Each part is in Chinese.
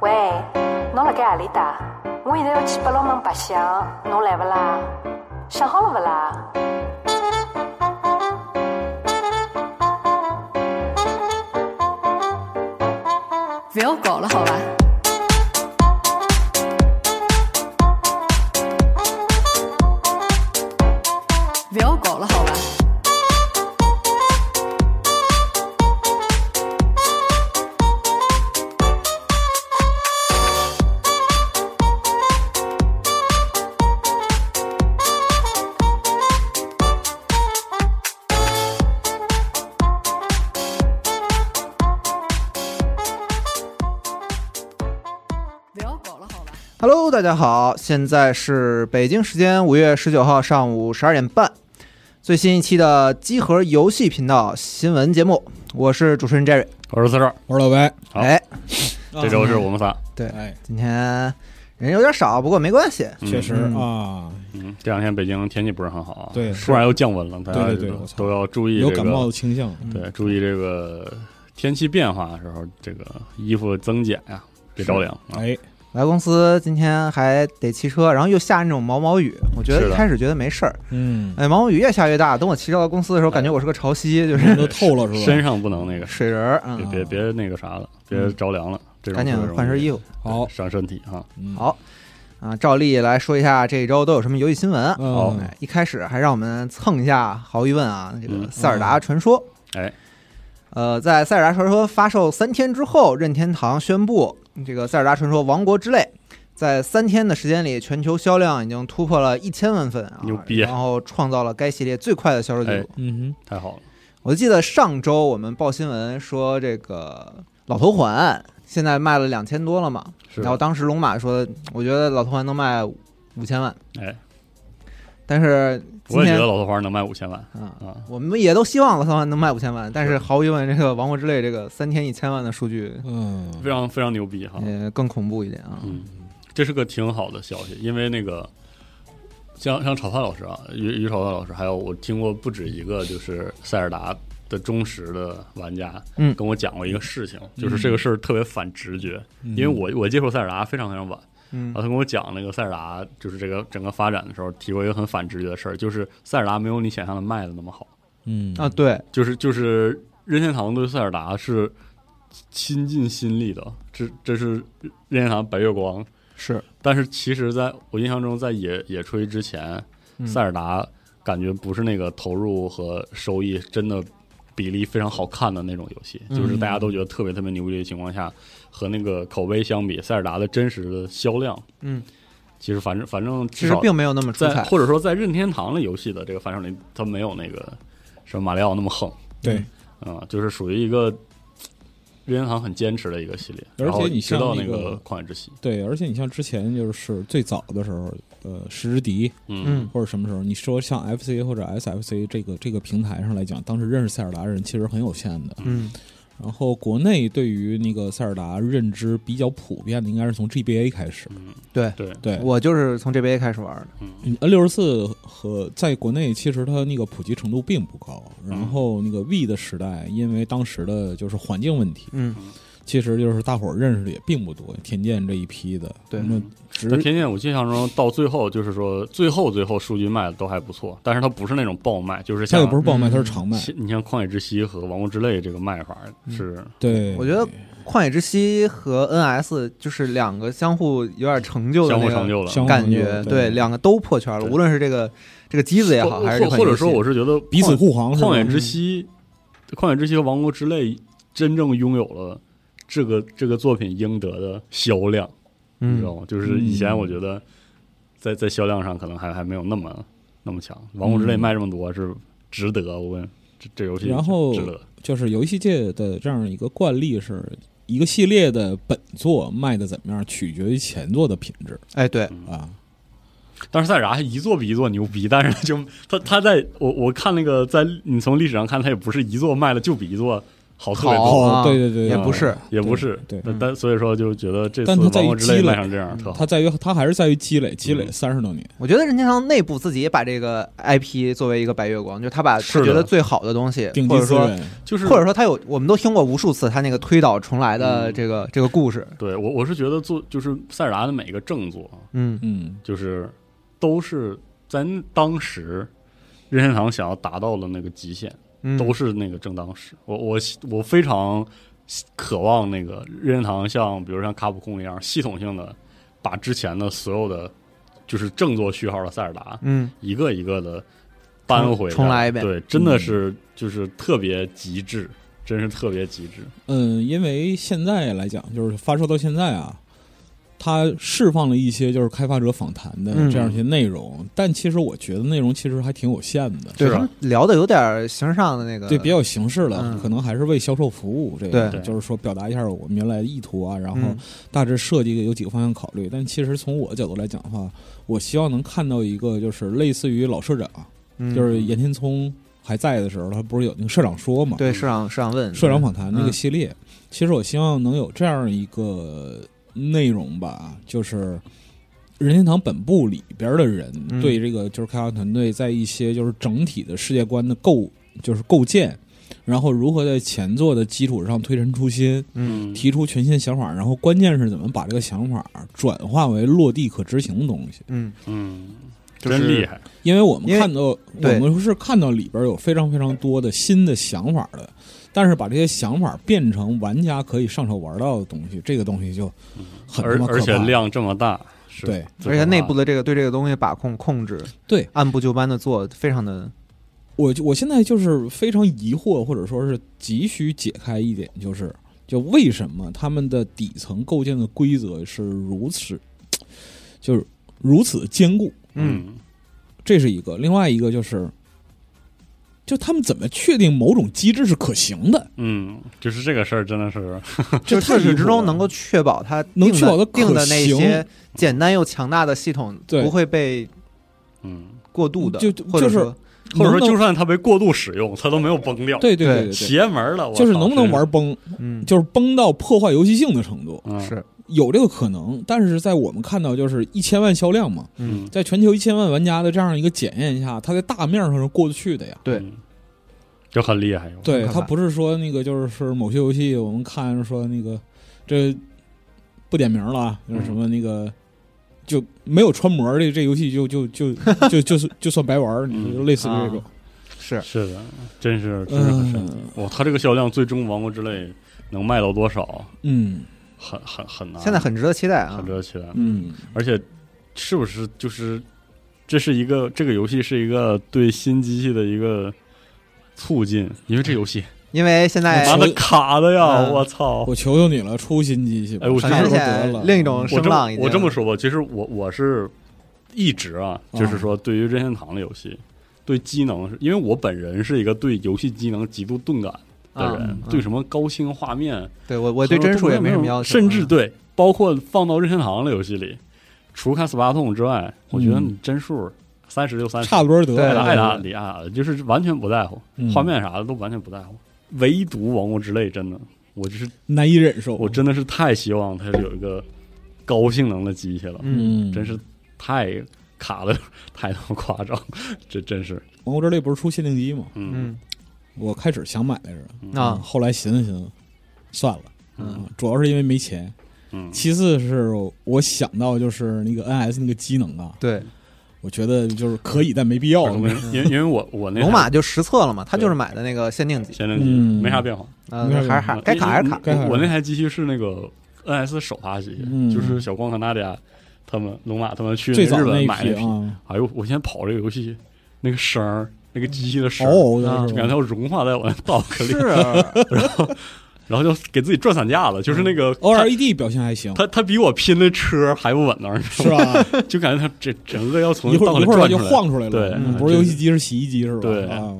喂，侬辣盖何里搭？我现在要去八龙门白相，侬来勿啦？想好了勿啦？不要搞了好吧？不要搞了好吧？不要搞了好吧？ Hello，大家好，现在是北京时间五月十九号上午十二点半，最新一期的机核游戏频道新闻节目，我是主持人 Jerry。我是四少，我是老白，好哎，这周是我们仨，对，哎，今天人有点少，不过没关系。嗯确实嗯啊，嗯，这两天北京天气不是很好啊，对突然又降温了，大家对对对我操都要注意有这个，嗯感冒的倾向，对，注意这个天气变化的时候，这个衣服增减呀、别着凉啊。哎，来公司今天还得骑车，然后又下那种毛毛雨，我觉是得的开始觉得没事儿，嗯，哎，毛毛雨越下越大，等我骑车到公司的时候，感觉我是个潮汐，就是嗯都透了是身吧？上不能那个，水人儿，嗯，别别别那个啥了，别着凉嗯了，这种赶紧换身衣服，服好，伤身体啊。嗯好啊。照例来说一下这一周都有什么游戏新闻啊。好嗯，哎，一开始还让我们蹭一下毫无疑问啊，这个《嗯塞尔达传说》哎，呃，在《塞尔达传说》发售三天之后，任天堂宣布，这个《塞尔达传说：王国之泪》在三天的时间里，全球销量已经突破了一千万份啊，牛逼然后创造了该系列最快的销售记录。哎嗯太好了，我记得上周我们报新闻说，这个《老头环》现在卖了两千多了嘛，是然后当时龙马说，我觉得《老头环》能卖五千万，哎，但是今我也觉天得老头花能卖五千万啊。啊，我们也都希望了，三万能卖五千万，但是毫无疑问，这个《王国之泪》这个三天一千万的数据，哼，非常非常牛逼哈。呃，更恐怖一点啊。啊嗯，这是个挺好的消息，因为那个像像炒饭老师啊，于于炒饭老师，还有我听过不止一个就是塞尔达的忠实的玩家，嗯跟我讲过一个事情，就是这个事儿特别反直觉，因嗯，为我我接触塞尔达非常非常晚，嗯然后他跟我讲那个塞尔达就是这个整个发展的时候，提过一个很反直觉的事儿，就是塞尔达没有你想象的卖的那么好，嗯啊，，对，就是就是任天堂对塞尔达是倾尽心力的，这这是任天堂白月光。是但是其实在我印象中，在野野炊之前，嗯塞尔达感觉不是那个投入和收益真的比例非常好看的那种游戏，嗯就是大家都觉得特别特别牛逼的情况下，和那个口碑相比，塞尔达的真实的销量，嗯，其实反正反正其至实少并没有那么出在彩。或者说在任天堂的游戏的这个反正里，它没有那个什么马里奥那么横，对，嗯，就是属于一个。任天堂很坚持的一个系列，而且然后你直像到那那个《旷野之息》，对，而且你像之前就是最早的时候，呃，时之敌嗯，或者什么时候，你说像 FC 或者 SFC 这个这个平台上来讲，当时认识塞尔达人其实很有限的。嗯，然后国内对于那个塞尔达认知比较普遍的，应该是从 GBA 开始。嗯，对对，对，我就是从这杯开始玩的。 N 呃六十四和在国内其实它那个普及程度并不高，嗯然后那个 V 的时代，因为当时的就是环境问题，嗯，其实就是大伙儿认识的也并不多，田健这一批的，对嗯那只但天剑我印象中到最后就是说，最后最后数据卖的都还不错，但是它不是那种爆卖，就是它像也不是爆卖，嗯它是常卖。其你像《旷野之息》和《王国之泪》这个卖法嗯是，对，我觉得《旷野之息》和 NS 就是两个相互有点成就的相互那成个就了。相互感成就觉，对，两个都破圈了。对无论是这个这个机子也好，还是或这款或者游戏说，我是觉得彼此旷护航是吧旷野之息》《旷野之息》和《王国之泪》真正拥有了这个这个作品应得的销量，你知道嗯吗？就是以前我觉得在在销量上可能还还没有那么那么强，《王国之泪》嗯卖这么多是值得，我问这这游戏然后值得，就是游戏界的这样一个惯例是。一个系列的本作卖的怎么样，取决于前作的品质哎，对，嗯啊。但是塞尔达一座比一座牛逼，但是就他他在我我看那个在你从历史上看，他也不是一座卖了就比一座好特别好多， 嗯啊，对对对也对不是，也不是。对嗯那但所以说就觉得这次但它在王于国之泪积累卖成嗯这样哦特好。它在于它还是在于积累，积累嗯三十多年。我觉得任天堂内部自己也把这个 IP 作为一个白月光，就是他把是他的觉得最好的东西，顶或级者资说源，就是或者说他有，我们都听过无数次他那个推倒重来的这嗯个、这个故事，对我我是觉得做就是塞尔达的每一个正作，啊嗯嗯，就是都是在当时任天堂想要达到的那个极限，嗯，都是那个正当时。我我我非常渴望那个任天堂像比如像卡普空一样系统性的把之前的所有的就是正作序号的塞尔达嗯一个一个的搬回重重来一遍嗯对，真的是就是特别极致，真是特别极致。嗯，因为现在来讲，就是发售到现在啊，它释放了一些就是开发者访谈的嗯这样一些内容，但其实我觉得内容其实还挺有限的，对是他啊们聊的有点形式上的那个，对，比较形式了，嗯可能还是为销售服务这对个，对就是说表达一下我们原来的意图啊，然后嗯大致设计有几个方向考虑。但其实从我角度来讲的话，我希望能看到一个就是类似于老社长，嗯就是岩田聪还在的时候，他不是有那个社长说嘛，对市长市长问社长访谈那嗯个系列，其实我希望能有这样一个内容吧，就是任天堂本部里边的人嗯对这个就是开发团队在一些就是整体的世界观的构就是构建，然后如何在前作的基础上推陈出新，嗯提出全新想法，然后关键是怎么把这个想法转化为落地可执行的东西。嗯，嗯，就是真厉害。因为我们因为看到，我对们是看到里边有非常非常多的新的想法的，但是把这些想法变成玩家可以上手玩到的东西，这个东西就很而他妈而可且怕。量这么大，是对，最而且可怕内部的这个对这个东西把控控制，对，按部就班的做，非常的我就我现在就是非常疑惑，或者说是急需解开一点，就是就为什么他们的底层构建的规则是如此，就是如此坚固，嗯嗯这是一个；另外一个就是，就他们怎么确定某种机制是可行的？嗯，就是这个事儿真的是就这自太离始谱至终了能够确保它能定确保的它定可的那行些简单又强大的系统对不会被嗯，过度的，就或者就是说或者说能不能就算它被过度使用，它都没有崩掉，对对对对，邪门了。我就是操能不能玩？崩，嗯就是崩到破坏游戏性的程度，真是是有这个可能。但是在我们看到就是一千万销量嘛，嗯，在全球一千万玩家的这样一个检验下，它在大面上是过得去的呀。对嗯，就很厉害。对，看法它不是说那个就是某些游戏我们看说那个这不点名了啊，就是什么那个。就没有穿模的这游戏就就就就就是就算白玩儿，你说就类似于这种，是是的，真是真是很神奇。嗯哇，它这个销量最终《王国之泪》能卖到多少，嗯很很很难。现在很值得期待啊很值，得期待，嗯，而且是不是就是这是一个这个游戏是一个对新机器的一个促进，因为这游戏因为现在哎妈的卡的呀，嗯我操！我求求你了，出新机器吧，哎我上觉得手都现在得了，嗯另一种我声这浪么已经我这么说吧，其实我我是一直啊，啊嗯就是说对于任天堂的游戏，对机能是，因为我本人是一个对游戏机能极度钝感的人，啊嗯对什么高清画面，对我我对帧数也没什么要求，甚至嗯对包括放到任天堂的游戏里，除看 s p a t o n 之外，我觉得嗯你帧数三十就三十，差不多得对爱了，打爱打里爱打的，就是完全不在乎嗯画面啥的都完全不在乎，唯独《王国之泪》真的，我就是难以忍受。我真的是太希望它有一个高性能的机器了，嗯嗯，真是太卡的太他妈夸张，这真是， 《王国之泪》不是出限定机吗？嗯嗯我开始想买来着，啊后来寻思寻思，算了，啊嗯，主要是因为没钱，嗯，其次是我想到就是那个 NS 那个机能啊，对我觉得就是可以，但没必要。我没因为因为我我那龙马台就实测了嘛，他就是买的那个限定级，限定机嗯没啥变化，嗯没有，还是还该卡还是卡，该卡还是我卡我那台机器是那个 NS 首发机器，嗯就是小光和娜迪亚他们龙马他们去那最早日本一买那批批，啊，哎呦，我现在跑这个游戏那个声儿，那个机器的声儿。哦，啊就是就感觉要融化在我那 dock 里，是 啊然后就给自己转散架子，就是那个 OLED E 表现还行，他他比我拼的车还不稳呢，你知是道吗？吧？ 就感觉他这整个要从 一会道儿里一会儿它转就出来晃出来了，对嗯嗯不是游戏机是洗衣机是吧？对啊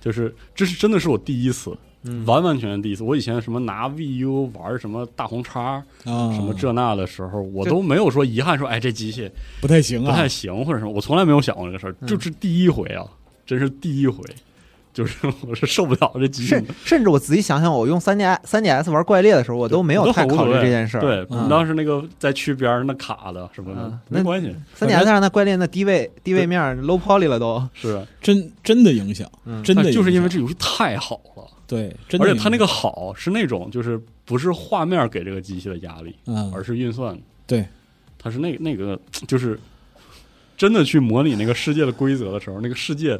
就是这是真的是我第一次，嗯完完全全第一次。我以前什么拿 VU 玩什么大红叉啊，什么这那的时候，我这都没有说遗憾说哎这机器不太行不啊太，行或者什么，我从来没有想过这个事儿，嗯就是第一回啊，真是第一回。就是我是受不了这极甚限，甚至我仔细想想，我用三 D 三 DS 玩怪猎的时候，我都没有我太很无考虑所谓这件事儿。对，嗯当时那个在区边儿那卡的什么嗯的，那没关系，三 DS 上那怪猎那低位低位面儿 low poly 了都，是真真的影响，嗯真的但就是影因为响这游戏太好了，对，真的而影响，且它那个好是那种就是不是画面给这个机器的压力，嗯而是运算，对，它是那那个就是真的去模拟那个世界的规则的时候，那个世界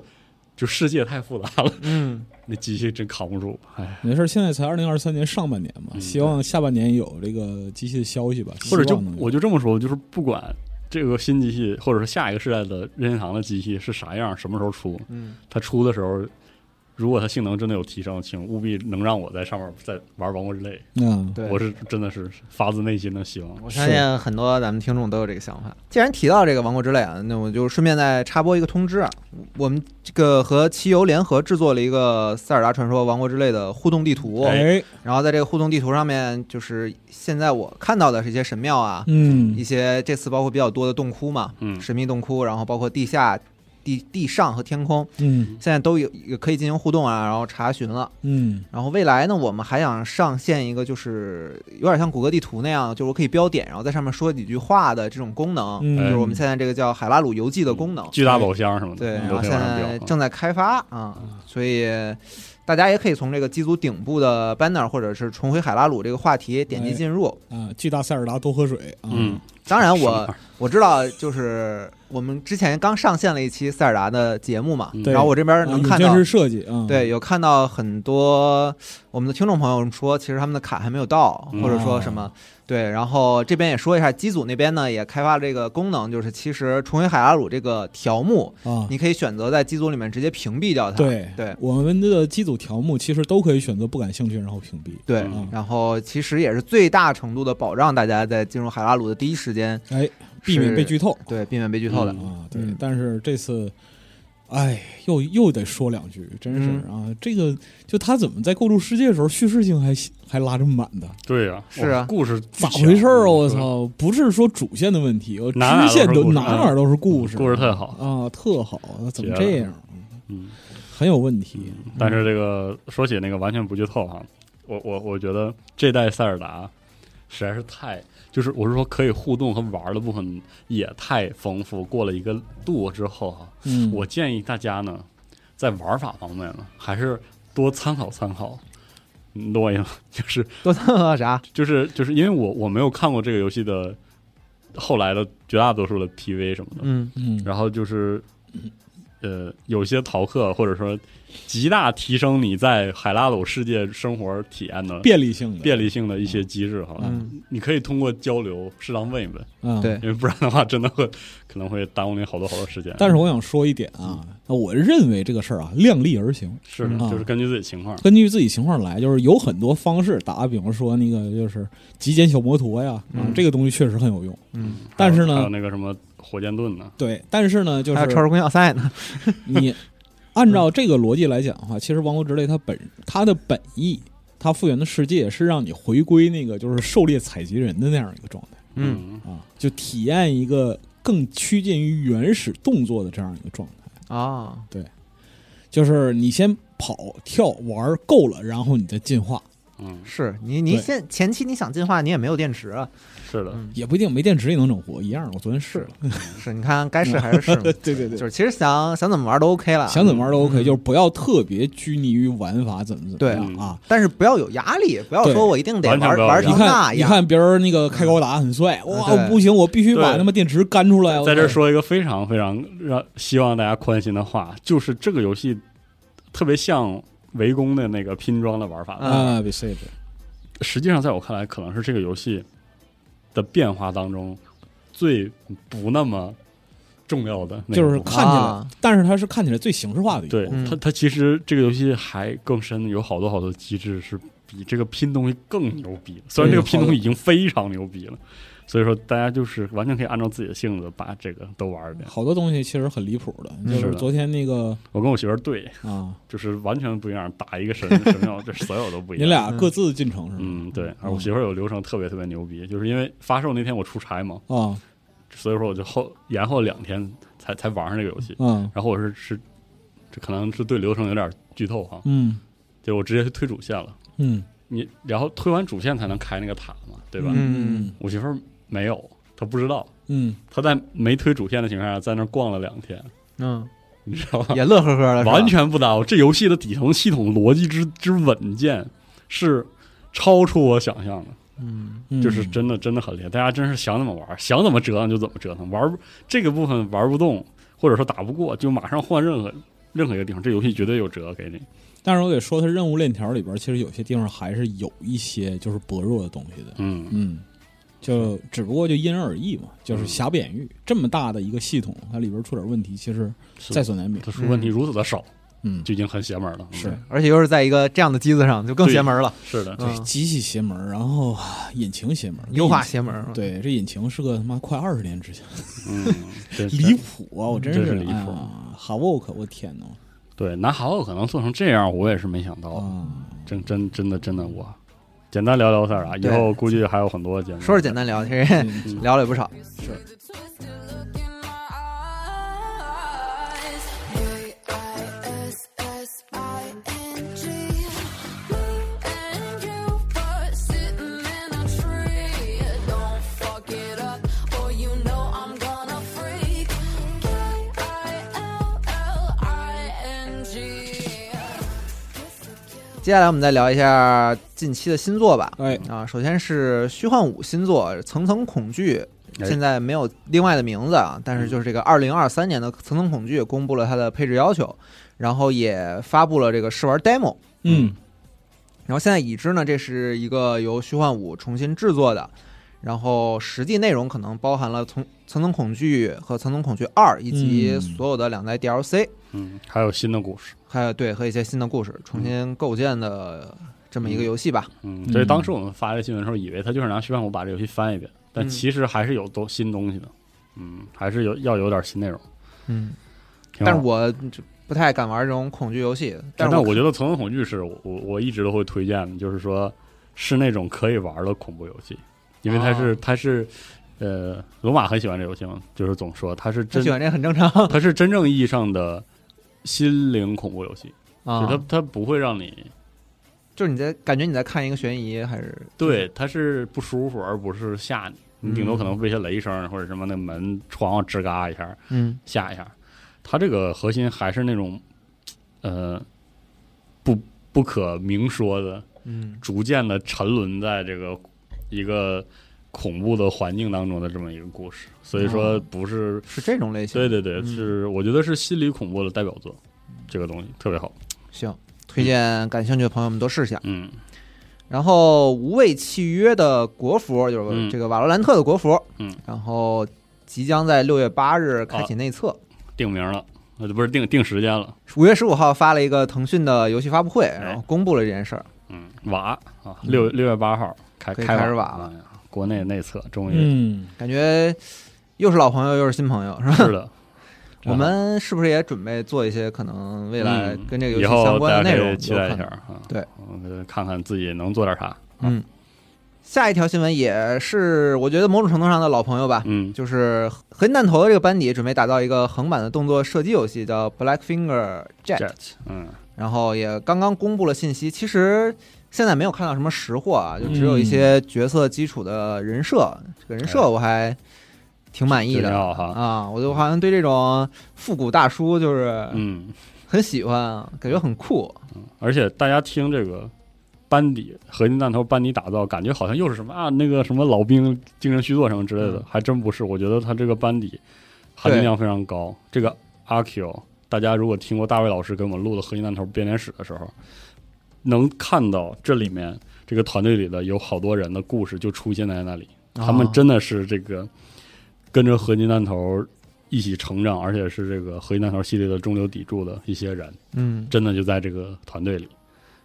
就世界太复杂了，嗯，那机器真扛不住，哎，没事儿，现在才二零二三年上半年嘛，嗯希望下半年有这个机器的消息吧，或者希就望能有我就这么说，就是不管。这个新机器，或者是下一个世代的任天堂的机器是啥样，什么时候出？嗯，它出的时候，如果它性能真的有提升，请务必能让我在上面再玩《王国之泪嗯，对》。我是真的是发自内心的希望。我相信很多咱们听众都有这个想法。既然提到这个《王国之泪》啊，那我就顺便再插播一个通知啊，我们这个和奇游联合制作了一个《塞尔达传说：王国之泪》的互动地图，哎，然后在这个互动地图上面，就是现在我看到的是一些神庙啊，嗯一些这次包括比较多的洞窟嘛，嗯神秘洞窟，然后包括地下、地地上和天空，嗯现在都有也可以进行互动啊，然后查询了。嗯然后未来呢，我们还想上线一个，就是有点像谷歌地图那样，就是我可以标点，然后在上面说几句话的这种功能，嗯就是哎我们现在这个叫海拉鲁游记的功能。巨大宝箱什么的，对，然有后天现晚上在标。正在开发啊，所以大家也可以从这个机组顶部的 banner 或者是重回海拉鲁这个话题点击进入。啊，巨大塞尔达多喝水啊，嗯，当然什么我玩意儿我知道，就是我们之前刚上线了一期塞尔达的节目嘛，嗯对然后我这边啊能有看建到设设计啊，对，，有看到很多我们的听众朋友说，其实他们的卡还没有到，嗯或者说什哦么对。然后这边也说一下，机组那边呢也开发了这个功能，就是其实重回海拉鲁这个条目，啊，你可以选择在机组里面直接屏蔽掉它。对对我们的机组条目其实都可以选择不感兴趣，然后屏蔽。对嗯然后其实也是最大程度的保障大家在进入海拉鲁的第一时间，哎，避免是被剧透对避免被剧透的。嗯啊。对嗯，但是这次，哎，又又得说两句，真是嗯啊，这个就他怎么在构筑世界的时候叙事性还还拉这么满的？对呀，是啊哇故事咋回事儿啊！啊？我，操，不是说主线的问题，呃我支哪哪都是线都故事嗯哪哪都是故事，故事特好，啊，特好，怎么绝了这样？啊嗯。很有问题。但是这个说起那个完全不剧透哈，我我我觉得这代塞尔达实在是太，就是我是说可以互动和玩的部分也太丰富，过了一个度之后哈，嗯，我建议大家呢，在玩法方面呢，还是多参考参考。你懂我意思吗？ 就是多参考啥？就是就是因为我我没有看过这个游戏的后来的绝大多数的 PV 什么的，嗯嗯，然后就是，呃，有些逃课或者说极大提升你在海拉鲁世界生活体验的便利性的便利性的一些机制哈，嗯你可以通过交流适当问一问，嗯，对因为不然的话真的会可能会耽误你好多好多时间。但是我想说一点啊，那我认为这个事儿啊，量力而行，是的嗯就是根据自己情况，根据自己情况来，就是有很多方式。打个比方说，那个就是极简小摩托呀，啊嗯，这个东西确实很有用。嗯，但是还呢有，那个什么火箭盾呢，对，但是呢，就还有超是时空要塞呢。 你按嗯照这个逻辑来讲的话，其实《王国之泪》它本它的本意，它复原的世界是让你回归那个就是狩猎采集人的那样一个状态嗯啊，就体验一个更趋近于原始动作的这样一个状态。啊，就是你先跑、跳、玩儿够了，然后你再进化，嗯，是你你对现前期你想进化，你也没有电池啊。是的，嗯也不一定没电池也能整活，一样。我昨天试了，是，你看该是还是 是嘛， 对对对就是其实想想怎么玩都 OK 了，想怎么玩都 OK，、嗯就是不要特别拘泥于玩法怎么怎对么样啊。但是不要有压力，不要对说我一定得完全玩不要玩有压你力成那看，你样。嗯看别人那个开高达很帅，哇，对我不行，我必须把对他妈电池干出来。我在这儿，说一个非常非常让希望大家宽心的话，就是这个游戏特别像围攻的那个拼装的玩法，嗯啊，别 C 实际上，在我看来，可能是这个游戏的变化当中最不那么重要的那个就部是分，看起来，啊但是它是看起来最形式化的一对、个。嗯它，它其实这个游戏还更深，有好多好多机制是比这个拼东西更牛逼的。虽然这个拼东西已经非常牛逼了，所以说大家就是完全可以按照自己的性子把这个都玩一遍。好多东西其实很离谱的，嗯就是是的昨天那个我跟我媳妇儿对，啊，就是完全不一样，打一个神神庙，这所有都不一 你样。俩嗯各自进城是吗？嗯，对，而嗯我媳妇儿有流程特别特别牛逼，就是因为发售那天我出差嘛，啊所以说我就后延后两天才才玩上这个游戏。啊然后我是是这可能是对流程有点剧透哈，嗯就我直接去推主线了。嗯你然后推完主线才能开那个塔嘛，对吧？嗯我媳妇儿没有，她不知道，嗯她在没推主线的情况下，在那儿逛了两天，嗯，你知道吧？也乐呵呵的，完全不搭。我这游戏的底层系统逻辑之之稳健，是超出我想象的，嗯嗯，就是真的真的很厉害。大家真是想怎么玩，想怎么折腾就怎么折腾，玩不这个部分玩不动，或者说打不过，就马上换任何任何一个地方。这游戏绝对有辙给你。但是我得说，它任务链条里边其实有些地方还是有一些就是薄弱的东西的。嗯嗯，就只不过就因人而异嘛，就是瑕不掩瑜。这么大的一个系统，它里边出点问题，其实在所难免。它出问题如此的少，嗯，就已经很邪门了。是而且又是在一个这样的机子上，就更邪门了，是的，对，嗯机器邪门，然后引擎邪门，优化这邪门引。，嗯对，这引擎是个他妈快二十年之前，嗯，真是离谱啊！我真真是是离谱哈沃克，我天呐！对，拿好可能做成这样，我也是没想到，啊，真真真的真的我。简单聊聊塞尔达，以对后估计还有很多节目。说是简单聊，其实聊了也不少。 twisted look in my eyes. A-I-S-S-I-N-G. Me and you were sitting in a tree. Don't fuck it up, or you know I'm gonna freak. K-I-L-L-I-N-G. Kiss the kill. 接下来我们再聊一下近期的新作吧。哎，啊，首先是虚幻五新作《层层恐惧》，哎现在没有另外的名字啊，但是就是这个二零二三年的《层层恐惧》公布了它的配置要求，然后也发布了这个试玩 demo。嗯然后现在已知呢，这是一个由虚幻五重新制作的，然后实际内容可能包含了层《层层恐惧》和《层层恐惧二》以及嗯所有的两代 DLC，、嗯，还有新的故事。还有对和一些新的故事重新构建的这么一个游戏吧。嗯，嗯所以当时我们发这个新闻的时候，以为他就是拿虚幻五把这游戏翻一遍，但嗯其实还是有都新东西的。嗯，还是有要有点新内容。嗯，挺好但是我这不太敢玩这种恐惧游戏，但但是哦哎我觉得《层层恐惧》是我我我一直都会推荐的，就是说是那种可以玩的恐怖游戏，因为它是、啊它是呃，罗马很喜欢这游戏嘛，就是总说它是他真喜欢这很正常它是真正意义上的心灵恐怖游戏，啊就是它它不会让你就是你在感觉你在看一个悬疑还是对，它是不舒服，而不是吓你。你顶多可能被一些雷声或者什么那门窗户啊吱嘎一下嗯吓一下。它这个核心还是那种，呃，不不可明说的，嗯逐渐的沉沦在这个一个恐怖的环境当中的这么一个故事。所以说不是，是这种类型对对对，嗯是我觉得是心理恐怖的代表作，这个东西特别好。行，推荐感兴趣的朋友们多试一下。嗯，然后《无畏契约》的国服就是嗯这个瓦罗兰特的国服，嗯，啊然后即将在六月八日开启内测，定名了，呃，不是定定时间了。五月十五号发了一个腾讯的游戏发布哎会，然后公布了这件事儿。嗯，瓦啊，六六月八号开可以开开始瓦瓦了哎呀国内内测终于、嗯，感觉又是老朋友又是新朋友，是吧？是的。真好 我们是不是也准备做一些可能未来啊嗯跟这个游以戏后相关的大家内可容？以期待一下有可能。啊。对嗯，看看自己能做点啥。嗯，下一条新闻也是我觉得某种程度上的老朋友吧，嗯，就是合金弹头的这个班底准备打造一个横版的动作射击游戏，叫 Black Finger Jet， Jet，嗯然后也刚刚公布了信息。其实现在没有看到什么实货啊，就只有一些嗯角色基础的人设。这个人哎设我还挺满意挺的好哈。啊，我就好像对这种复古大叔就是嗯，很喜欢，感觉很酷。而且大家听这个班底合金弹头班底打造，感觉好像又是什么啊那个什么老兵精神虚弱什么之类的，嗯还真不是。我觉得他这个班底含金量非常高。这个阿 Q，大家如果听过大卫老师给我们录的《合金弹头编年史》的时候，能看到这里面这个团队里的有好多人的故事就出现在那里，他们啊真的是这个跟着合金弹头。一起成长，而且是这个合金弹头系列的中流砥柱的一些人，嗯真的就在这个团队里，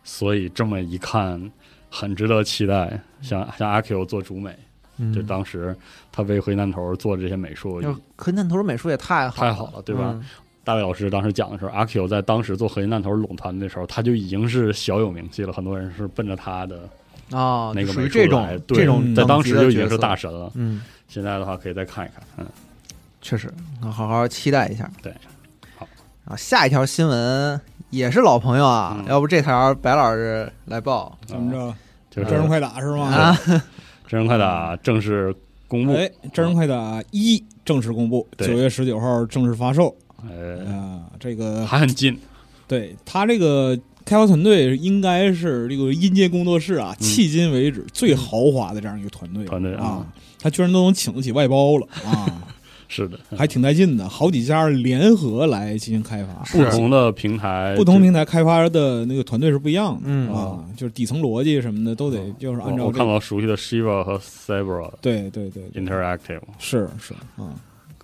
所以这么一看，很值得期待。像像阿 Q 做主美，嗯就当时他为回南头做这些美术，就柯南头的美术也太好太好了对吧嗯大卫老师当时讲的时候，阿 Q 在当时做合金弹头垄团的时候，他就已经是小有名气了，很多人是奔着他的嗯？哦，那就个属于美术这来种对这种在当等级时的就已经角是色大神了。嗯，现在的话可以再看一看，嗯，确实，好好期待一下。对，好。啊，下一条新闻也是老朋友啊，嗯要不这条白老师来 报怎么着？就呃真人是快打是吗？啊？真人快打正式公布，哎，真人快打一正式公布，对九月十九号正式发售呃，啊。这个还很近，对他这个开发团队应该是这个音阶工作室啊，嗯迄今为止最豪华的这样一个团队团队啊啊，他居然都能请得起外包了啊， 是的，还挺带劲的。好几家联合来进行开发，不同的平台，不同平台开发的那个团队是不一样的、嗯啊，就是底层逻辑什么的都得嗯就是按我照我这看个，到熟悉的 Shiva 和 Sabra 对对对，对 Interactive，是是啊，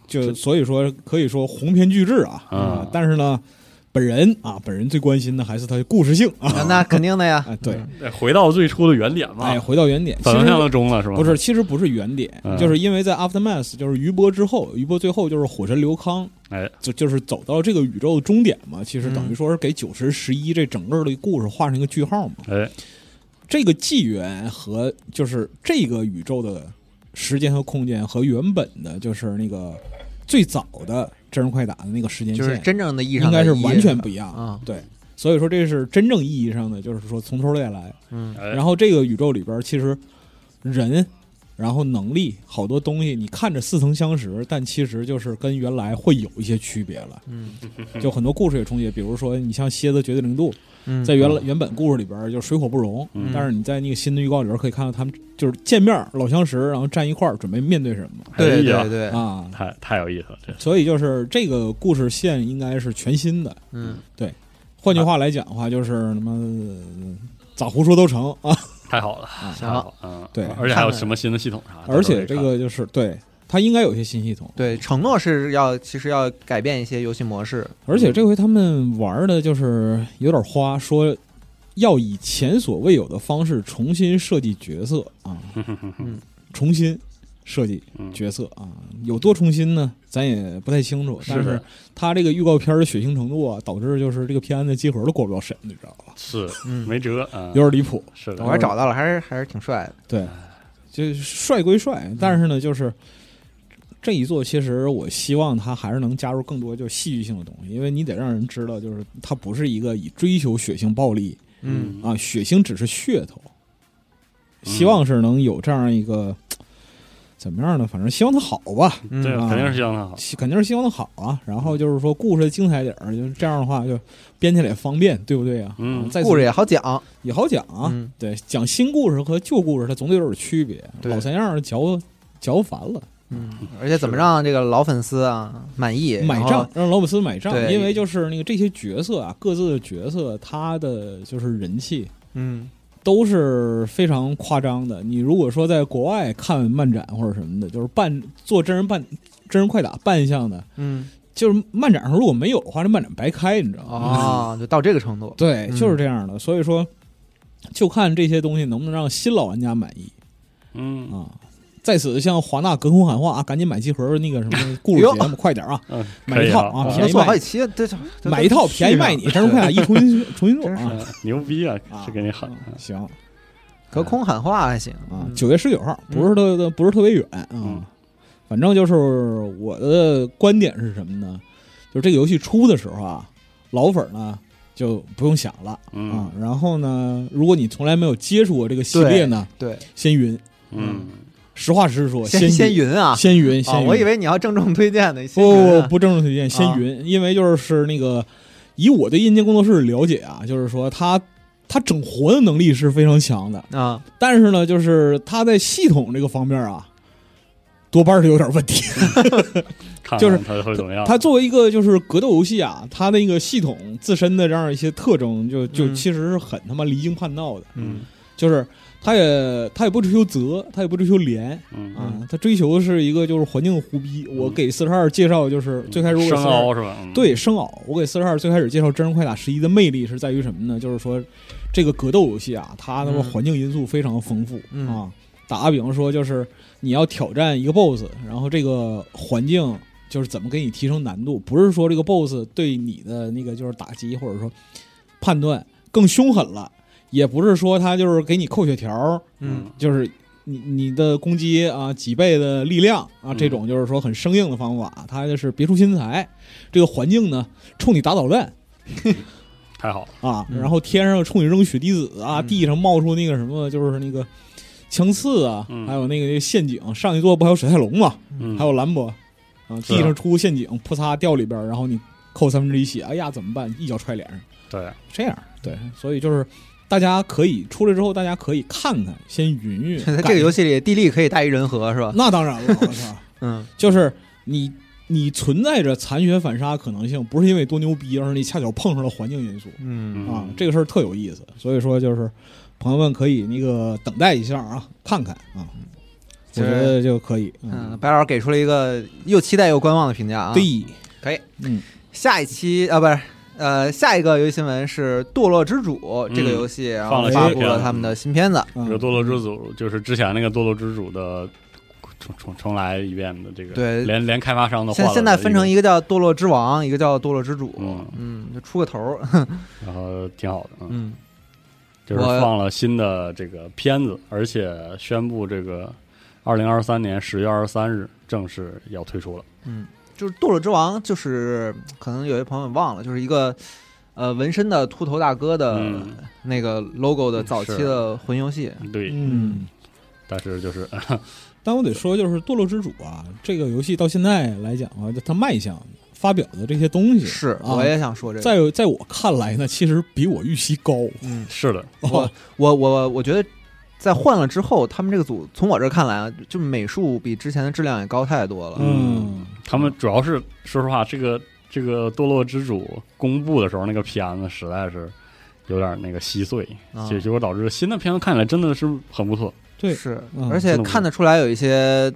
就这所以说可以说鸿篇巨制啊啊但是呢，本人啊本人最关心的还是它的故事性啊，那肯定的呀，哎对，哎回到最初的原点啊嘛哎，，回到原点，其反方向实的钟了是吧？不是，其实不是原点，嗯就是因为在 Aftermath 就是余波之后，余波最后就是火神刘康哎，就就是走到这个宇宙的终点嘛，其实嗯等于说是给九十十一这整个的故事画上一个句号嘛。哎，这个纪元和就是这个宇宙的时间和空间和原本的就是那个最早的真人快打的那个时间就是线，真正的意义上应的该是一完全不一样。啊，对，所以说这是真正意义上的，就是说从头再来。嗯哎然后这个宇宙里边，其实人，然后能力，好多东西，你看着似曾相识，但其实就是跟原来会有一些区别了。 嗯就很多故事也重叠，比如说你像《蝎子绝对零度》，嗯，在原来原本故事里边就是水火不容，嗯但是你在那个新的预告里边可以看到他们就是见面老相识，然后站一块儿准备面对什么对哎呀对对，啊，太太有意思了，这所以就是这个故事线应该是全新的。嗯换句话来讲的话，就是他妈呃咋胡说都成啊！太好了，太行好了，嗯，对而且还有什么新的系统啥的， 而且都可这以看个就是对它应该有一些新系统，对，承诺是要其实要改变一些游戏模式，而且这回他们玩的就是有点花，说要以前所未有的方式重新设计角色啊，重新设计嗯角色啊，有多重新呢？咱也不太清楚。是但是他这个预告片的血腥程度啊，导致就是这个片子集合都过不了审，你知道吧？是嗯，没辙，嗯有，点离谱。是的我，还找到了，还是还是挺帅的，对，就是帅归帅，但是呢，就是这一座，其实我希望它还是能加入更多就是戏剧性的东西，因为你得让人知道，就是它不是一个以追求血腥暴力嗯，啊，血腥只是噱头，希望是能有这样一个。怎么样呢？反正希望它好吧，嗯对，啊肯定是希望他好，希肯定是希望它好啊。然后就是说故事的精彩点儿，就是这样的话就编起来也方便，对不对啊？嗯啊再故事也也好讲，也好讲啊。嗯对，讲新故事和旧故事，它总得有点区别。对老三样儿嚼嚼烦了，嗯，而且怎么让这个老粉丝啊满意买然账后让老姆斯买账，对因为就是那个这些角色啊，各自的角色，他的就是人气嗯，都是非常夸张的。你如果说在国外看漫展或者什么的，就是扮做真人扮真人快打扮相的，嗯就是漫展上如果没有的话，这漫展白开，你知道吗？哦，就到这个程度，对，嗯就是这样的。所以说，就看这些东西能不能让新老玩家满意。嗯啊。在此向华纳隔空喊话啊，赶紧买集合那个什哎么故事节目，快点啊，嗯，买可一以套啊啊我便宜们都卖做好几期，对，这买一套便宜卖你，真是 快，打一重新重新做真是啊嗯牛逼啊啊！，这给你狠嗯，行隔空喊话还行啊，嗯九月十九号不是特特不是特别远嗯啊，反正就是我的观点是什么呢？就是这个游戏出的时候啊，老粉儿呢就不用想了啊嗯，然后呢，如果你从来没有接触过这个系列呢，对，先云，嗯，实话实说，先先先云啊，先云，啊，先云，我以为你要郑重推荐呢，先不云不啊不，不正式推荐先云，因为就是那个以我对阴间工作室的了解啊，就是说他他整活的能力是非常强的，啊，但是呢，就是他在系统这个方面啊，多半是有点问 题。看就是他会怎么样？他作为一个就是格斗游戏啊，他那个系统自身的这样一些特征就，就嗯其实是很他妈离经叛道的，嗯就是他也他也不追求责，他也不追求廉。嗯，啊，他追求的是一个就是环境的胡逼。我给四十二介绍就是最开始我给生啊42凹是吧？嗯，对生熬，我给四十二最开始介绍《真人快打十一》的魅力是在于什么呢？就是说，这个格斗游戏啊，它他妈嗯环境因素非常丰富、嗯啊。打个比方说，就是你要挑战一个 BOSS，然后这个环境就是怎么给你提升难度，不是说这个 BOSS 对你的那个就是打击或者说判断更凶狠了，也不是说他就是给你扣血条，嗯就是你你的攻击啊几倍的力量啊，嗯这种就是说很生硬的方法，它就是别出心裁。这个环境呢，冲你打导弹太好了，啊，嗯然后天上冲你扔血滴子啊，嗯地上冒出那个什么，就是那个枪刺啊，嗯还有那个那个陷阱。上一座不还有水泰龙嘛，嗯，还有兰博啊，是啊地上出陷阱，扑嚓掉里边儿，然后你扣三分之一血，哎呀怎么办？一脚踹脸上。对，这样，对，所以就是大家可以出来之后，大家可以看看，先云云。在感 这个觉游戏里，地利可以大于人和，是吧？ 那当然了，我操，嗯就是你你存在着残血反杀可能性，不是因为多牛逼，而是你恰巧碰上了环境因素嗯，啊嗯，这个事儿特有意思。所以说就是朋友们可以那个等待一下啊，看看啊，我觉得就可以。嗯，，白老师给出了一个又期待又观望的评价啊。对，可以。嗯，下一期啊，不是，呃，下一个游戏新闻是《堕落之主》这个游戏，然嗯放后了发新布片了他们的新片子。嗯比如《堕落之主》，就是之前那个《堕落之主》的重重重来一遍的这个，对连连开发商都换现了，现在分成一个叫《堕落之王》，一个叫《堕落之主》。嗯嗯，就出个头儿。 然后挺好的，嗯，嗯，就是我放了新的这个片子，而且宣布这个二零二三年十月二十三日正式要推出了，就是《堕落之王》，就是可能有些朋友忘了，就是一个呃纹身的秃头大哥的嗯那个 logo 的早期的魂游戏。对，嗯。但是就是但我得说，就是《堕落之主》啊，这个游戏到现在来讲啊，就它卖相、发表的这些东西，是，啊我也想说这个。在在我看来呢，其实比我预期高。嗯， 是的，我我我我觉得。在换了之后，他们这个组从我这儿看来啊，就美术比之前的质量也高太多了。嗯，他们主要是说实话，这个这个《堕落之主》公布的时候，那个片子实在是有点那个稀碎，啊结结果导致新的片子看起来真的是很不错。对，是，嗯而且看得出来有一些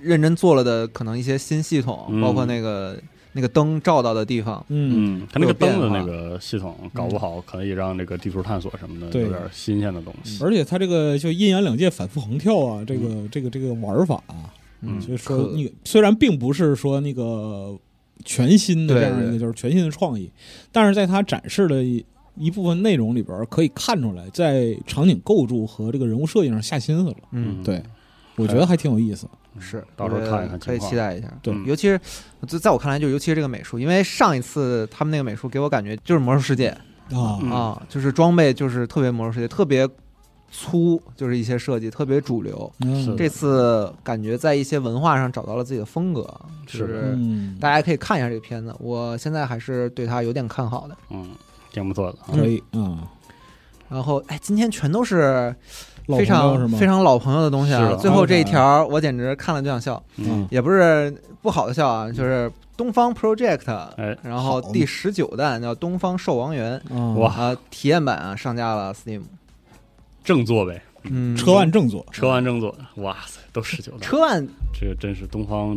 认真做了的，可能一些新系统，嗯包括那个那个灯照到的地方。嗯，它那个有变灯的化那个系统搞不好，可以让这个地图探索什么的对有点新鲜的东西。而且它这个就阴阳两界反复横跳啊，这个、这个这个玩法啊，嗯就是说可那个虽然并不是说那个全新的对这样一个对就是全新的创意，但是在它展示的一一部分内容里边，可以看出来在场景构筑和这个人物设计上下心思了。嗯，对，我觉得还挺有意思。是，嗯到时候我觉得看一看情况可以期待一下。对尤其是就在我看来，就尤其是这个美术，因为上一次他们那个美术给我感觉就是魔兽世界啊，嗯啊，就是装备就是特别魔兽世界，特别粗，就是一些设计特别主流。嗯是的这次感觉在一些文化上找到了自己的风格，就是是嗯，大家可以看一下这个片子，我现在还是对它有点看好的。嗯，挺不错的啊。可以啊，然后，哎，今天全都是老非朋友是常吗？非常老朋友的东西是啊。的最后这一条，我简直看了就想笑，啊嗯，也不是不好的笑啊，就是东方 Project，哎，然后好第十九弹叫《东方兽王园》啊，哇啊，体验版啊上架了 Steam，正座呗，嗯，车万正座，车完正座，哇塞，都十九的，车万，这个真是东方，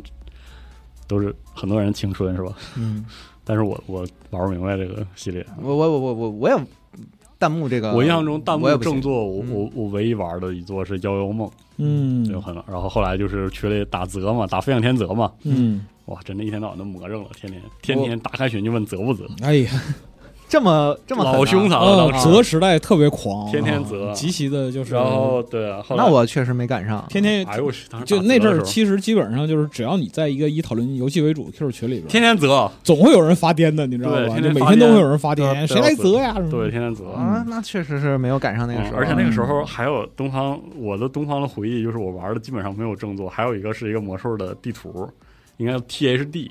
都是很多人青春是吧？嗯， 但是我我玩不明白这个系列，我我我我我我也弹幕这个，我印象中弹我也幕不行正座，我嗯我我唯一玩的一座是《妖妖梦》，嗯就很，然后后来就是去了打泽嘛，打飞向天泽嘛，嗯，哇，真的一天到晚都魔怔了，天天天天打开群就问泽不泽，哎呀，这么这么狠啊老凶残了啊，当择时。时代特别狂，天天啊择极其的就是，然后对啊，后来那我确实没赶上，天天哎呦我去，当时就打那泽阵的时候儿，其实基本上就是只要你在一个以讨论游戏为主的 Q 群里边，天天泽，总会有人发癫的，你知道吧？对天就天每发天都癫会有人发对癫，对谁来择呀？什么对，天天泽。啊，那确实是没有赶上那个时嗯候，而且那个时候还有东方，我的东方的回忆就是我玩的基本上没有正座，还有一个是一个魔兽的地图，应该叫 THD，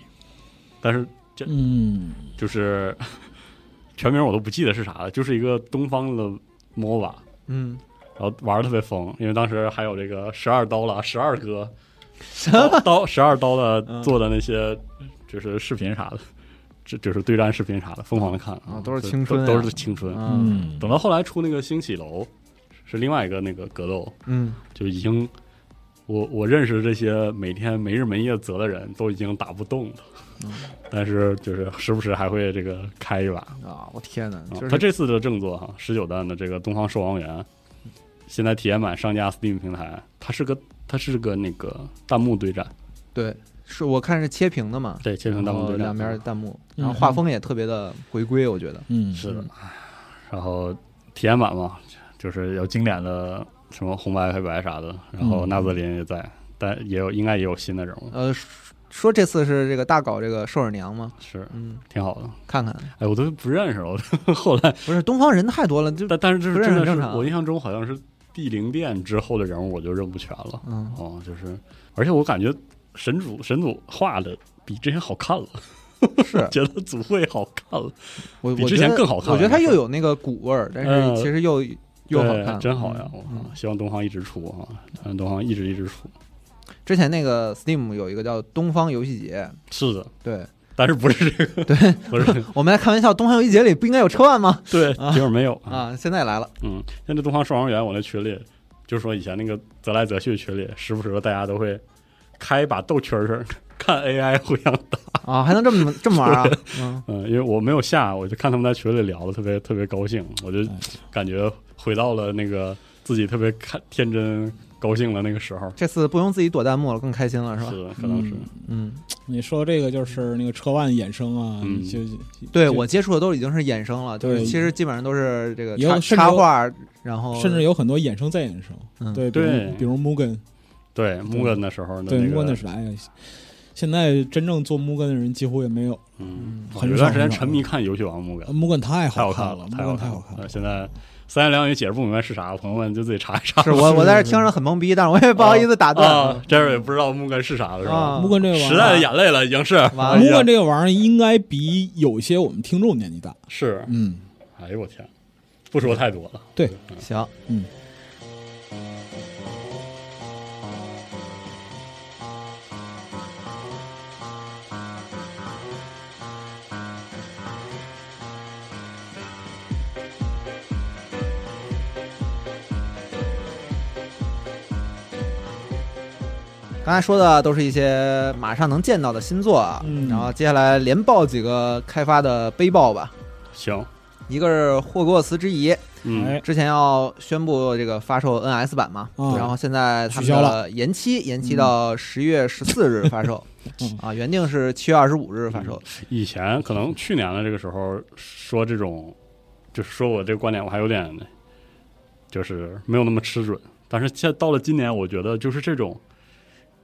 但是这嗯，就是 全名我都不记得是啥了，就是一个东方的 MOBA，嗯，然后玩的特别疯，因为当时还有这个十二刀了，十二哥，刀刀十二刀了做的那些就是视频啥的，这就是对战视频啥的，疯狂的看啊都是青春啊都都是青春。嗯嗯，等到后来出那个星起楼，是另外一个那个格斗，嗯，就已经我我认识这些每天没日没夜责的人都已经打不动了，嗯但是就是时不时还会这个开一把，啊，我天哪，啊就，是他这次的正作哈，十九弹的这个《东方兽王园》，现在体验版上架 Steam 平台，它是个它是个那个弹幕对战，对，是我看是切屏的嘛，对，切成弹幕然后对战，两边的弹幕，嗯然后画风也特别的回归，我觉得。嗯，是的。然后体验版嘛，就是有经典的什么红白黑白啥的，然后嗯纳泽林也在，但也有应该也有新的人物，呃，说说这次是这个大搞这个兽耳娘吗？是嗯，挺好的。看看，哎，我都 不认识了，我后来不是东方人太多了，就但但是这不是认真识的正是常我印象中好像是地灵殿之后的人物，我就认不全了。嗯，哦，就是，而且我感觉神主神主画的比之前好看了， 是觉得组会好看了，我 比我之觉前得更好看我觉得它了又有那个古味儿，但是嗯其实又又好对看，真好呀！我啊嗯靠，希望东方一直出啊，嗯，东方一直一直出。之前那个 Steam 有一个叫东方游戏节，是的，对但是不是这个，对，不 是我们来开玩笑，东方游戏节里不应该有车万吗？对，结果没有。啊，现在来了，嗯，现在东方双王园我那群里，就说以前那个泽来泽去群里，时不时的大家都会开一把斗蛐蛐儿， 看 AI 互相打。啊，还能这么这么玩啊？嗯，嗯，因为我没有下，我就看他们在群里聊的特别特别高兴，我就哎感觉回到了那个自己特别看天真高兴的那个时候，这次不用自己躲弹幕了，更开心了，是吧？是可能是嗯嗯，你说这个就是那个车万衍生啊，嗯就对就我接触的都已经是衍生了，就是对其实基本上都是这个也有插甚至插有画，然后甚至有很多衍生再衍生，嗯对，比如哦对比如 Mugen，对木根的时候的对那 Mugen 个嗯的，时代，哎现在真正做 Mugen 的人几乎也没有。嗯，很我有少段时间很少沉迷看游戏王木根， Mugen 太太好好看了， ，Mugen 太好看看了。了呃。现在三言两语解释不明白是啥，朋友们就自己查一 查。是哦我是我在这是听着很懵逼，但是我也不好意思打断啊，，这儿也不知道木根是啥了，是吧？啊 Mugen 这个玩时意代的儿眼泪了，已经是。完了哎呀，Mugen 这个玩意儿应该比有些我们听众年纪大。是，嗯，哎呦我天，不说太多了。对，行，嗯，刚才说的都是一些马上能见到的新作啊，嗯然后接下来连报几个开发的背报吧。行，一个是霍格沃茨之遗，嗯哎，之前要宣布这个发售 NS 版嘛，嗯啊然后现在他们取消的了延期，延期到十月十四日发 售，嗯啊，原定是七月二十五日发售，以前可能去年的这个时候说这种，就是说我这个观点，我还有点就是没有那么吃准。但是现在到了今年，我觉得就是这种，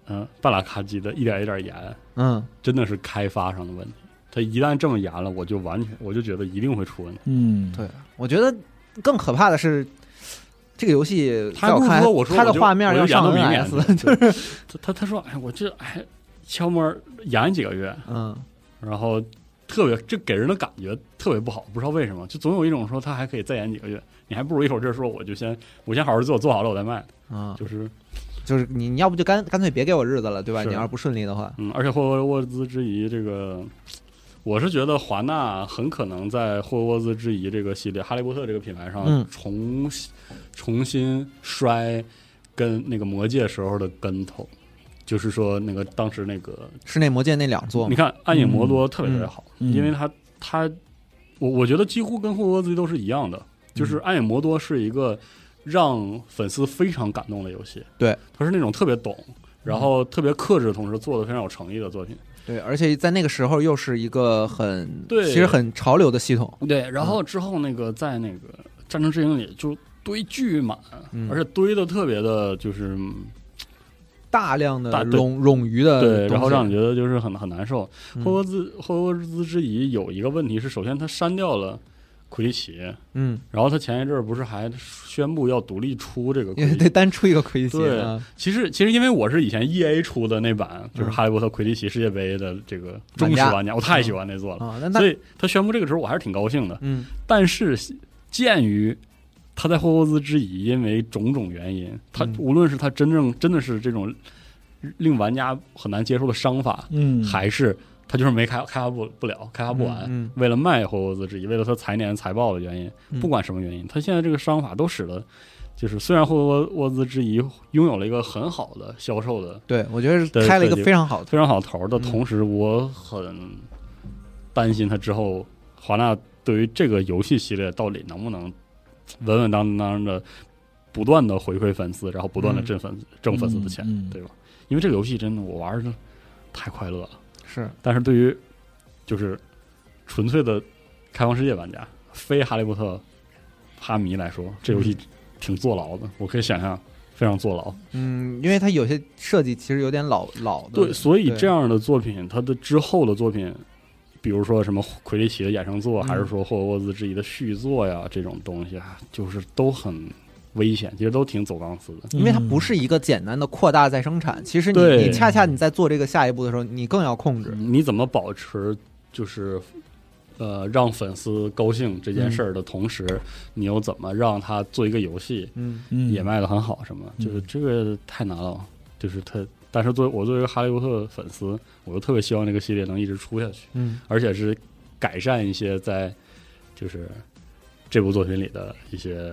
嗯、半拉咔叽的，一点一点严，嗯，真的是开发上的问题。它一旦这么严了，我就完全，我就觉得一定会出问题。嗯，对，我觉得更可怕的是这个游戏，他在我看来还不如说我说它我的就画面我要就演上到明年 NS，去，就是他他他说哎我这哎悄摸儿演几个月， 嗯，然后特别这给人的感觉特别不好，不知道为什么，就总有一种说他还可以再演几个月，你还不如一口气儿说我就先我先好好做，做好了我再卖，啊，就是就是你，你要不就干干脆别给我日子了，对吧？是你要是不顺利的话，嗯，而且霍格沃兹之遗这个。我是觉得华纳很可能在霍格沃兹之遗这个系列、哈利波特这个品嗯牌上重、重新摔跟那个魔戒时候的跟头，就是说那个当时那个室内魔界那两座你嘛，看《暗影魔多》特别特别好，嗯嗯因为它它，我我觉得几乎跟《霍格沃兹》都是一样的，就是《暗影魔多》是一个让粉丝非常感动的游戏，对，它是那种特别懂，然后特别克制，同时做的非常有诚意的作品。对，而且在那个时候又是一个很，对其实很潮流的系统，对，然后之后那个在那个《战争之影》里就堆巨满，嗯而且堆的特别的，就是大量的大对冗冗余的东对，西，然后让你觉得就是很很难受。嗯霍格沃兹霍格沃兹之遗有一个问题是，首先它删掉了库里奇，嗯，然后他前一阵儿不是还宣布要独立出这个因魁为地得奇？单出一个魁地奇，对啊其实其实因为我是以前 E A 出的那版，就嗯是《哈利波特魁地奇世界杯》的这个忠实玩家，我太喜欢那座了，啊，那所那以他宣布这个时候我还是挺高兴的。嗯但是鉴于他在霍格沃兹之遗，因为种种原因，他嗯无论是他真正真的是这种令玩家很难接受的商法，嗯，还是他就是没开开发不不了，开发不完，嗯为了卖霍格沃兹之遗，为了他财年财报的原因，嗯不管什么原因，他现在这个商法都使得，就是虽然霍格沃兹之遗拥有了一个很好的销售的对，我觉得是对开了一个对非常好的，非常好头儿的嗯同时，我很担心他之后华纳对于这个游戏系列到底能不能稳稳当当的不断的回馈粉丝，然后不断的嗯挣粉丝、挣粉丝的嗯钱，嗯对吧？因为这个游戏真的我玩的太快乐了。是但是对于就是纯粹的开放世界玩家，非哈利波特哈迷来说，这游戏挺坐牢的，我可以想象非常坐牢。嗯，因为它有些设计其实有点老老的，对，所以对这样的作品，它的之后的作品，比如说什么魁地奇的衍生作，嗯还是说霍格沃兹之遗的续作呀，这种东西啊，就是都很危险，其实都挺走钢丝嗯的。因为它不是一个简单的扩大再生产，其实你嗯对你恰恰你在做这个下一步的时候，你更要控制。你怎么保持就是呃让粉丝高兴这嗯件事儿的同时，你又怎么让他做一个游戏嗯，嗯也卖的很好？什么？就是这个太难了，就是他。但是作为我作为一个哈利波特粉丝，我就特别希望这个系列能一直出下去。嗯，而且是改善一些在就是这部作品里的一些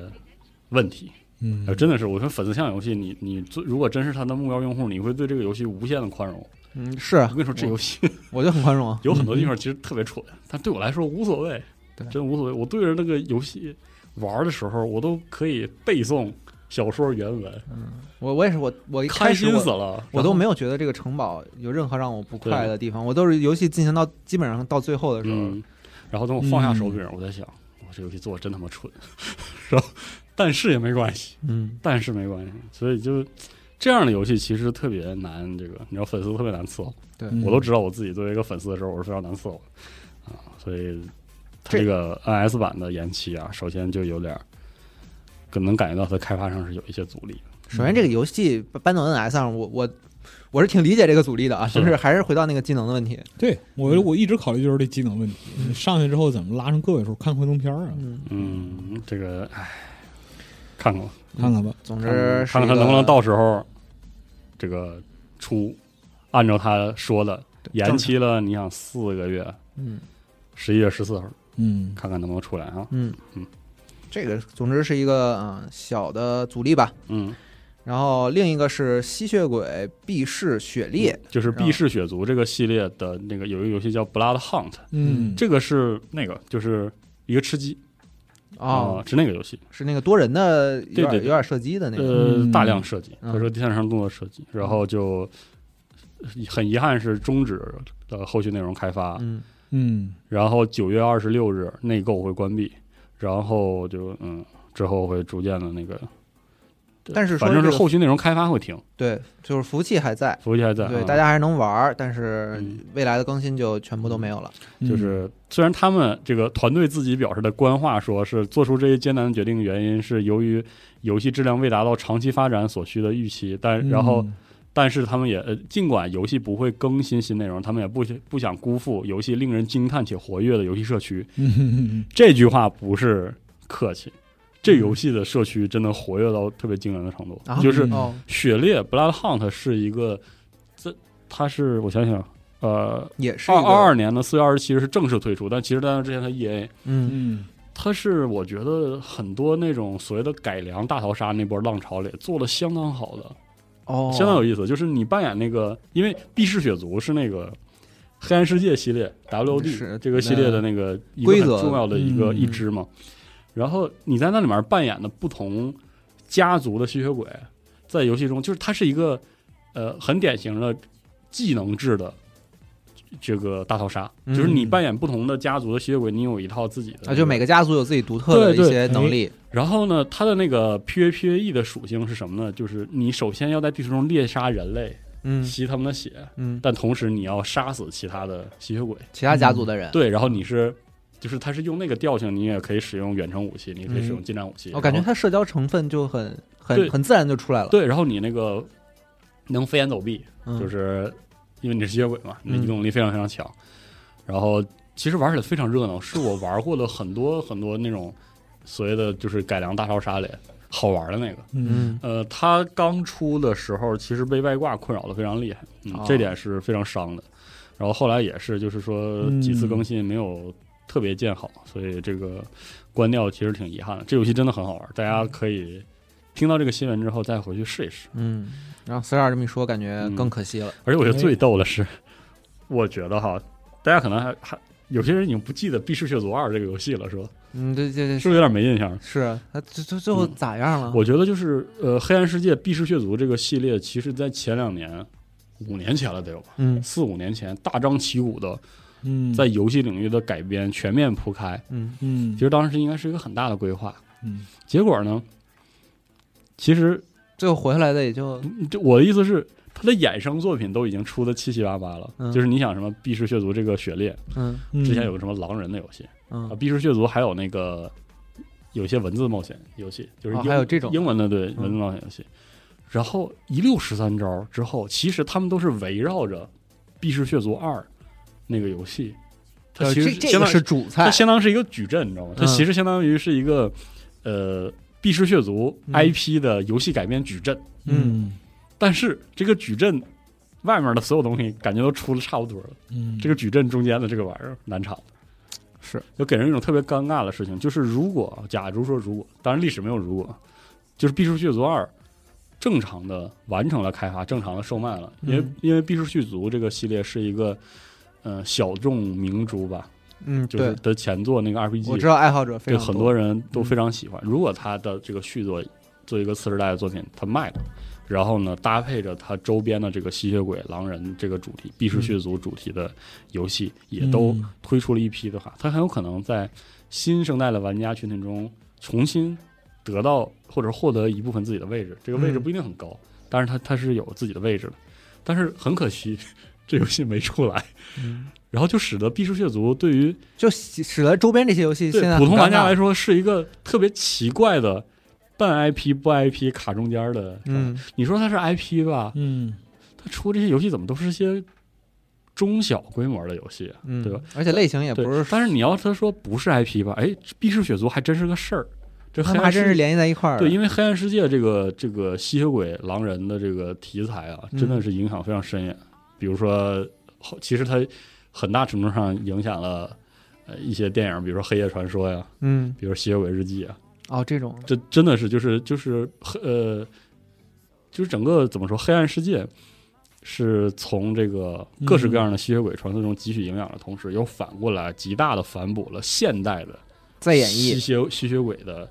问题。嗯呃，真的是，我说粉丝向游戏，你你最如果真是它的目标用户，你会对这个游戏无限的宽容。嗯，是我，跟你说，这游戏我就很宽容啊。有很多地方其实特别蠢，但对我来说无所谓，对真无所谓。我对着那个游戏玩的时候，我都可以背诵小说原文，我我也是，我我一开开始心死我了。我都然后没有觉得这个城堡有任何让我不快的地方，我都是游戏进行到基本上到最后的时候，嗯，然后等我放下手嗯柄，我在想，我这游戏做的真他妈蠢， 然后但是也没关系，嗯但是没关系，所以就这样的游戏其实特别难，这个你知道粉丝特别难伺候，嗯我都知道我自己作为一个粉丝的时候，我是非常难伺候的啊，所以它这个 NS 版的延期啊，首先就有点儿可能感觉到它开发上是有一些阻力的，首先这个游戏搬到 NS 上，我我我是挺理解这个阻力的啊，是就是还是回到那个技能的问题。对我嗯我一直考虑就是这技能问题，上去之后怎么拉上个位数？看回动片儿啊，嗯，嗯，这个唉，看看吧，看看吧。总看之看嗯看它能不能到时候这个出，按照他说的延期了，你想四个月，嗯十一月十四号，嗯，看看能不能出来啊，嗯嗯，这个总之是一个嗯、小的阻力吧。嗯。然后另一个是吸血鬼避世雪裂，就是《然后避世血族》这个系列的那个有一个游戏叫《Blood Hunt》，嗯，这个是那个就是一个吃鸡哦，呃是那个游戏，是那个多人的，有点对对对有点射击的那个，呃嗯，大量射击，嗯它是第三人称动作射击，然后就很遗憾是终止了后续内容开发，嗯嗯然后九月二十六日内购会关闭，然后就嗯之后会逐渐的那个，但是说反正这是个后续内容开发会停，对，就是服务器还在，服务器还在，对，嗯大家还是能玩儿，但是嗯未来的更新就全部都没有了。就是虽然他们这个团队自己表示的官话说是做出这些艰难的决定的原因是由于游戏质量未达到长期发展所需的预期，嗯但然后、但是他们也呃尽管游戏不会更新新内容，他们也不不想辜负游戏令人惊叹且活跃的游戏社区。嗯这句话不是客嗯气，这游戏的社区真的活跃到特别惊人的程度，啊就是嗯哦，血裂 Blood Hunt 是一个这它是我想想呃也是一二个二二年的四月二十七日是正式推出，但其实在那之前它 EA，嗯，嗯它是我觉得很多那种所谓的改良大逃杀那波浪潮里做的相当好的，哦，相当有意思。就是你扮演那个，因为《避世血族》是那个黑暗世界系列 WOD 是这个系列的那个一个规很则重要的一个嗯一支嘛，然后你在那里面扮演的不同家族的吸血鬼，在游戏中就是它是一个呃很典型的技能制的。这个大逃杀嗯就是你扮演不同的家族的吸血鬼，你有一套自己的那啊，个就每个家族有自己独特的对一对些能力，然后呢，它的那个 PVPVE E 的属性是什么呢？就是你首先要在地图中猎杀人类，嗯吸他们的血，嗯，但同时你要杀死其他的吸血鬼。其他家族的人，对，然后你是，就是它是用那个调性，你也可以使用远程武器，你也可以使用近战武器。嗯我感觉然后它社交成分就很很对很自然就出来了，对，然后你那个能飞檐走壁，嗯，就是因为你是吸血鬼嘛，你的嗯移动能力非常非常强。然后其实玩起来非常热闹，是我玩过的很多很多那种所谓的就是改良大逃杀里好玩的那个。嗯嗯呃，它刚出的时候，其实被外挂困扰的非常厉害，嗯，哦这点是非常伤的。然后后来也是，就是说嗯几次更新没有特别见好，所以这个关掉其实挺遗憾的。这游戏真的很好玩，大家可以听到这个新闻之后再回去试一试。嗯，然后四十二这么一说，感觉更可惜了，而且我觉得最逗的是，我觉得哈，大家可能还还有些人已经不记得《避世血族二》这个游戏了，是吧？嗯，对对对，是不是有点没印象？是，它最最最后嗯咋样了？我觉得就是呃，《黑暗世界》《避世血族》这个系列，其实在前两年，五年前了得有吧。嗯四五年前大张旗鼓的嗯，在游戏领域的改编全面铺开，嗯嗯其实当时应该是一个很大的规划。嗯结果呢，其实最后活下来的也就就我的意思是，他的衍生作品都已经出的七七八八了，嗯就是你想什么《毕氏血族》这个血裂，嗯之前有个什么狼人的游戏、啊，《嗯毕氏血族》还有那个有些文字冒险游戏，就是哦英、还有这种嗯英文的对文字冒险游戏。然后一六十三招之后，其实他们都是围绕着《毕氏血族二》那个游戏，它呃其实这这相个当于是主菜它，相当是一个矩阵，你知道吗？它嗯其实相当于是一个呃毕氏血族嗯 IP 的游戏改编矩阵，嗯但是这个矩阵外面的所有东西感觉都出了差不多了，嗯，这个矩阵中间的这个玩意儿难产了。是，就给人一种特别尴尬的事情，就是如果，假如说如果，当然历史没有如果，就是《毕氏血族二》正常的完成了开发，正常的售卖了，因为、嗯因为《毕氏血族》这个系列是一个呃小众明珠吧，嗯，就对是，的前作那个 RPG，我知道爱好者非对常嗯很多人都非常喜欢。如果他的这个续作作为一个次时代的作品，他卖了，然后呢搭配着他周边的这个吸血鬼、狼人这个主题、避嗯世血族主题的游戏，也都嗯推出了一批的话，他很有可能在新生代的玩家群体中重新得到或者获得一部分自己的位置。这个位置嗯不一定很高，但是他他是有自己的位置的。但是很可惜， 这游戏没出来，嗯然后就使得避世血族对于就使使得周边这些游戏现对在普通玩家来说，说是一个特别奇怪的半 IP 不 IP 卡中间的。，啊嗯，你说它是 IP 吧，嗯它出这些游戏怎么都是一些中小规模的游戏啊，嗯对吧？？而且类型也对不是，，但是你要他说不是 IP 吧，哎，《毕氏血族》还真是个事儿，这他黑们暗还真世是联系在一块儿的。对，因为黑暗世界这个这个吸血鬼狼人的这个题材啊，真的嗯是影响非常深远。比如说，后其实它很大程度上影响了呃一些电影，比如说《黑夜传说》呀，嗯，比如《吸血鬼日记》啊，哦，这种这真的是就是就是呃，就是整个怎么说，黑暗世界是从这个各式各样的吸血鬼传说中汲取营养的同时，又反过来极大的反哺了现代的再演吸绎，血吸血鬼的，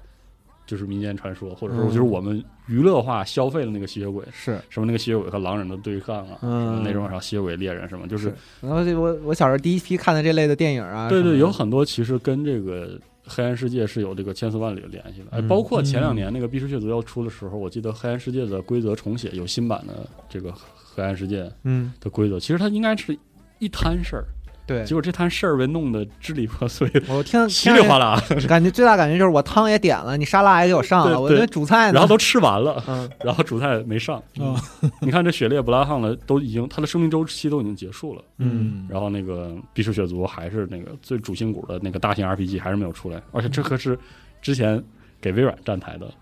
就是民间传说，或者嗯说就是我们娱乐化消费的那个吸血鬼，是，什么那个吸血鬼和狼人的对抗啊，嗯什么那种然后吸血鬼猎人什么，就是是然后这我我小时候第一批看的这类的电影啊，对什么对，的有很多其实跟这个黑暗世界是有这个千丝万缕的联系的。哎，嗯包括前两年那个《必世血族》要出的时候，我记得黑暗世界的规则重写有新版的这个黑暗世界嗯，的规则，其实它应该是一摊事儿，对嗯结，果这摊事儿被弄得支离破碎。我听稀里哗啦，听着感觉最大感觉就是我汤也点了，你沙拉也给我上了，对我对那主菜呢？ 然后都吃完了，嗯然后主菜没上。哦嗯啊你看这血裂布拉汉了，都已经它的生命周期都已经结束了，嗯，然后那个《必世血族》还是那个最主心骨的那个大型 RPG 还是没有出来，而且这可是之前给微软站台的，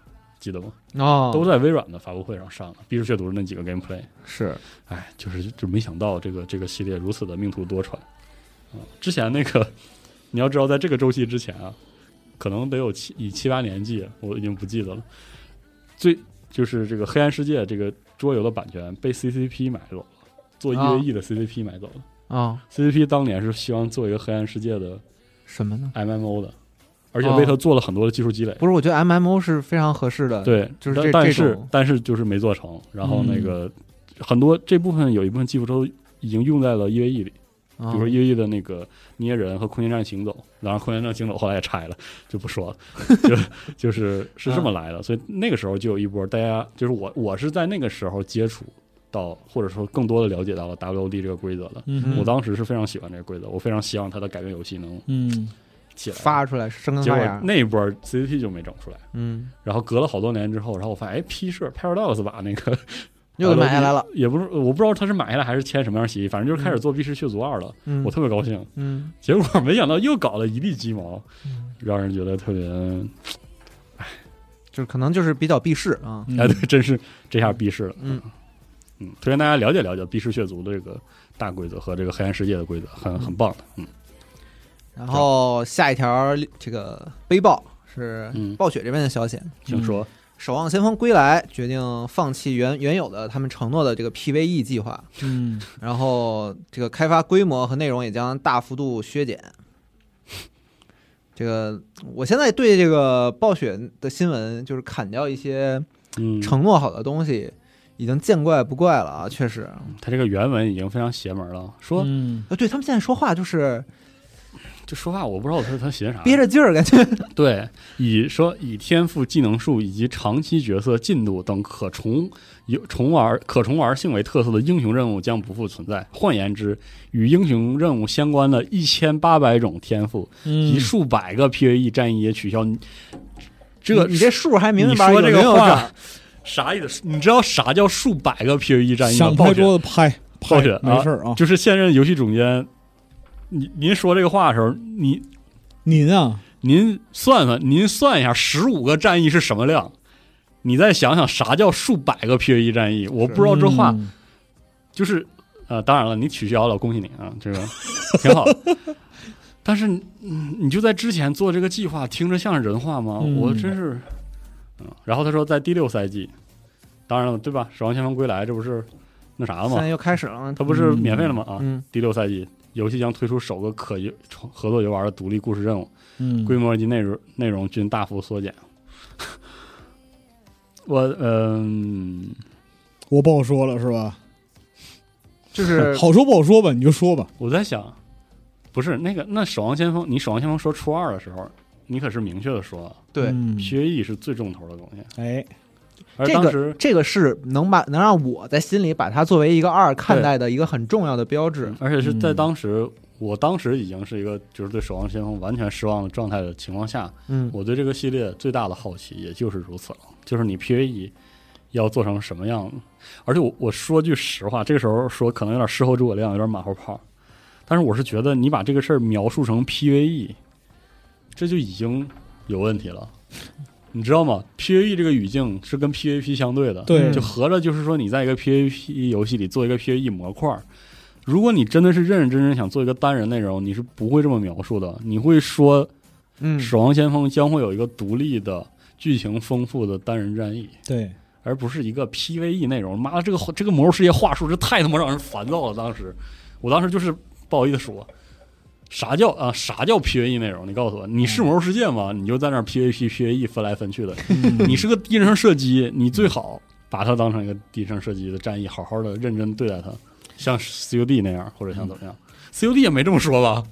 记得吗？哦，都在微软的发布会上上了《必世血族》那几个 gameplay，是哎，就是就没想到这个这个系列如此的命途多舛啊、之前那个你要知道，在这个周期之前啊，可能得有七以七八年计，我已经不记得了。最就是这个《黑暗世界》这个桌游的版权被 CCP 买走了，做啊 EVE 的 CCP 买走了。哦， CCP 当年是希望做一个《黑暗世界》的什么呢？ MMO 的，而且哦为它做了很多的技术积累。不是，我觉得 M M O 是非常合适的。，对，呃就是这但但这是种嗯但是就是没做成，然后那个、很多这部分有一部分技术都已经用在了 EVE 里，比比如说 EVE 的那个捏人和空间站行走，当然空间站行走后来也拆了， 就不说了，就就是是这么来嗯的，所以那个时候就有一波大家就是我我是在那个时候接触到或者说更多的了解到了 WOD 这个规则的。嗯我当时是非常喜欢这个规则，我非常希望它的改编游戏能嗯起来。发出来生根结发果芽。那一波 CCP 就没整出来，嗯，然后隔了好多年之后，然后我发现，哎，P 社 Paradox 把那个 又给买下来了。， 也不是啊我不知道他是买下来还是签什么样协议，反正就是开始做《碧池血族二》了，嗯，我特别高兴。嗯结果没想到又搞了一地鸡毛，让人觉得特别，哎就是可能就是比较避世啊。嗯哎，对， 真是这下避世了。嗯嗯，推荐大家了解了解《碧池血族》的这个大规则和这个黑暗世界的规则，很很棒的。嗯然后下一条这个背报是嗯暴雪这边的消息，请说，守望先锋》归来决定放弃原原有的他们承诺的这个 PVE 计划，嗯然后这个开发规模和内容也将大幅度削减。这个我现在对这个暴雪的新闻就是砍掉一些嗯，承诺好的东西，已经见怪不怪了啊，确实。他这个原文已经非常邪门了，说嗯呃，对他们现在说话就是就说话我不知道他他写啥，憋着劲儿，感觉对，以说以天赋、技能数以及长期角色进度等可重有重玩可重玩性为特色的英雄任务将不复存在。换言之，与英雄任务相关的一千八百种天赋及嗯，数百个 PVE 战役也取消。你这你这数还明明你白白说这有没个有话整啥啥意思？你知道啥叫数百个 PVE 战役吗？想暴拍雪桌子拍，拍暴雪没事儿啊。就是现任游戏总监，您您说这个话的时候，你您啊，您算算，您算一下十五个战役是什么量，你再想想啥叫数百个 PVE 战役，我不知道这话、嗯就是呃，当然了，你取消了，恭喜你啊，这个 挺好。但是，嗯，你就在之前做这个计划，听着像人话吗？嗯我真是，嗯。然后他说，在第六赛季，当然了，对吧？《守望先锋归来》这不是那啥了现吗在？又开始了吗，它不是免费了吗？啊，嗯，第六赛季游戏将推出首个可游合作游玩的独立故事任务，嗯，规模及内容内容均大幅缩减。 我嗯、我不好说了是吧？就是好说不好说吧，你就说吧。我在想，不是那个那守望先锋，你守望先锋说初二的时候，你可是明确的说对嗯 PVE 是最重头的东西，哎，而这当个时。这个是能把能让我在心里把它作为一个二看待的一个很重要的标志。而且是在嗯当时，我当时已经是一个就是对《守望先锋》完全失望的状态的情况下，嗯，我对这个系列最大的好奇也就是如此了，就是你 PVE 要做成什么样子。而且我我说句实话，这个时候说可能有点事后诸葛亮，有点马后炮，但是我是觉得你把这个事儿描述成 PVE，这就已经有问题了。你知道吗？PVE 这个语境是跟 PVP 相对的，对就合着就是说你在一个 PVP 游戏里做一个 PVE 模块儿，如果你真的是认认真真想做一个单人内容，你是不会这么描述的，你会说嗯《守望先锋》将会有一个独立的、剧情丰富的单人战役，对，而不是一个 PVE 内容。妈的，这个这个魔兽世界话术这太他妈让人烦躁了！当时，我当时就是不好意思说，啥叫啊、啥叫 PVE 内容？你告诉我，你是魔兽世界吗？你就在那儿 PVP、PVE E，分来分去的，嗯 你是个低人声射击，你最好把它当成一个低人声射击的战役，好好的认真对待它，像 COD 那样，或嗯者像怎么样、c o d 也没这么说吧？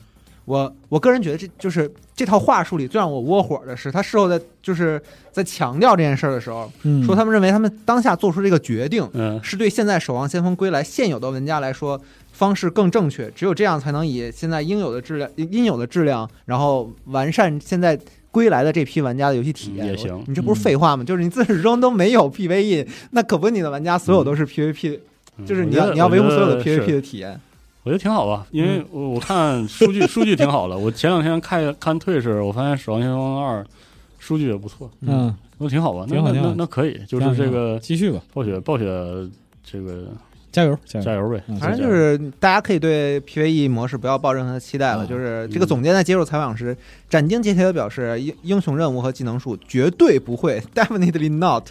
我我个人觉得这就是这套话术里最让我窝火的是，他事后在就是在强调这件事儿的时候，嗯说他们认为他们当下做出这个决定 嗯，是对现在《守望先锋归来》现有的玩家来说方式更正确，只有这样才能以现在应有的质量应有的质量，然后完善现在。归来的这批玩家的游戏体验嗯也行你这不是废话吗？就是你自始至终都没有 PVE，那可不，你的玩家所有都是 PVP，、就是嗯我你觉要得你要维护所有我的觉得是 PVP 的体验。我觉得挺好吧，嗯因为我我看数 据数据挺好的。我前两天看看退市，我发现《守望先锋二》数据也不错，嗯，都挺好吧？那挺好那挺好那那可以，就是这个继续吧，暴雪暴雪这个加油加油加，油呗嗯，反正就是大家可以对 PVE 模式不要抱任何的期待嗯了。啊就是这个总监在接受采访时斩钉截铁的表示，英英雄任务和技能数绝对不会 ，definitely not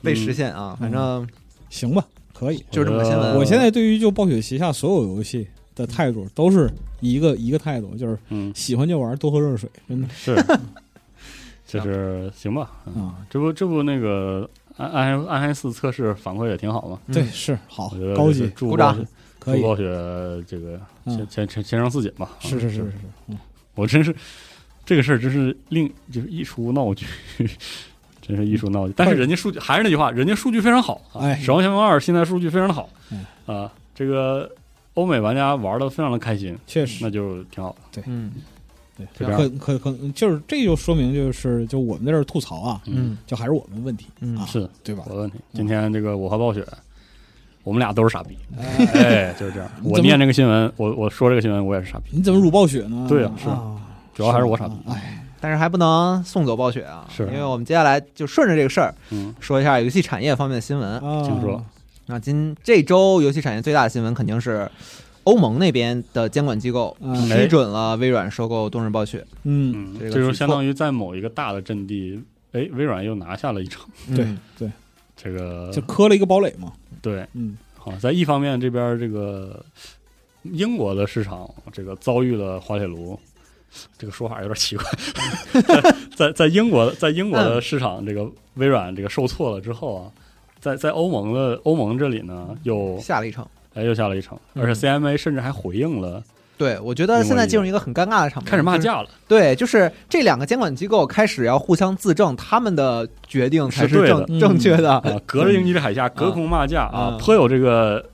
被实现嗯啊。反正行吧，可以。就是这么个新闻。呃我现在对于就暴雪旗下所有游戏的态度都是一个一个态度，就是嗯喜欢就玩，多喝热水，真的 是，就是行吧。嗯啊，这不这不那个暗暗黑暗黑四测试反馈也挺好嘛，对，嗯是好我觉得高就是级，祝鼓掌暴雪可以祝，暴雪这个嗯前前前前程似锦吧。啊是是是是，嗯我真是这个事儿，真是令就是一出闹剧， 真是一出闹剧。但是人家数据还是那句话，人家数据非常好。啊哎守望先锋二》现在数据非常的好，嗯啊、这个欧美玩家玩的非常的开心，确实那就挺好的。嗯对，就这样很很很就是这就说明就是就我们在这儿吐槽啊，嗯，就还是我们问题嗯啊，是对吧我？的问题。今天这个我和暴雪，我们俩都是傻逼，哎，就是这样。我念这个新闻，我我说这个新闻，我也是傻逼，你怎么辱暴雪呢？对啊是嗯啊，主要还是我傻逼。哎，但是还不能送走暴雪啊，是因为我们接下来就顺着这个事儿嗯说一下游戏产业方面的新闻。啊请说，那今这周游戏产业最大的新闻肯定是。欧盟那边的监管机构嗯批准了微软收购动视暴雪，嗯，嗯，这个这就举措相当于在某一个大的阵地，哎，微软又拿下了一城。对嗯对， 这个 就磕了一个堡垒嘛，对，嗯好，在一方面这边儿这个英国的市场这个遭遇了滑铁卢，这个说法有点 奇怪，在在在英国在英国嗯的市场这个微软这个受挫了之后啊，在在欧盟的欧盟这里呢又嗯下了一城。哎又下了一城，嗯嗯而且 CMA 甚至还回应了对，我觉得现在进入一个很尴尬的场面，开始骂就是架了，对，就是这两个监管机构开始要互相自证，他们的决定才是对正的嗯正确的。啊，隔着英吉利海峡隔空骂架啊啊，颇有这个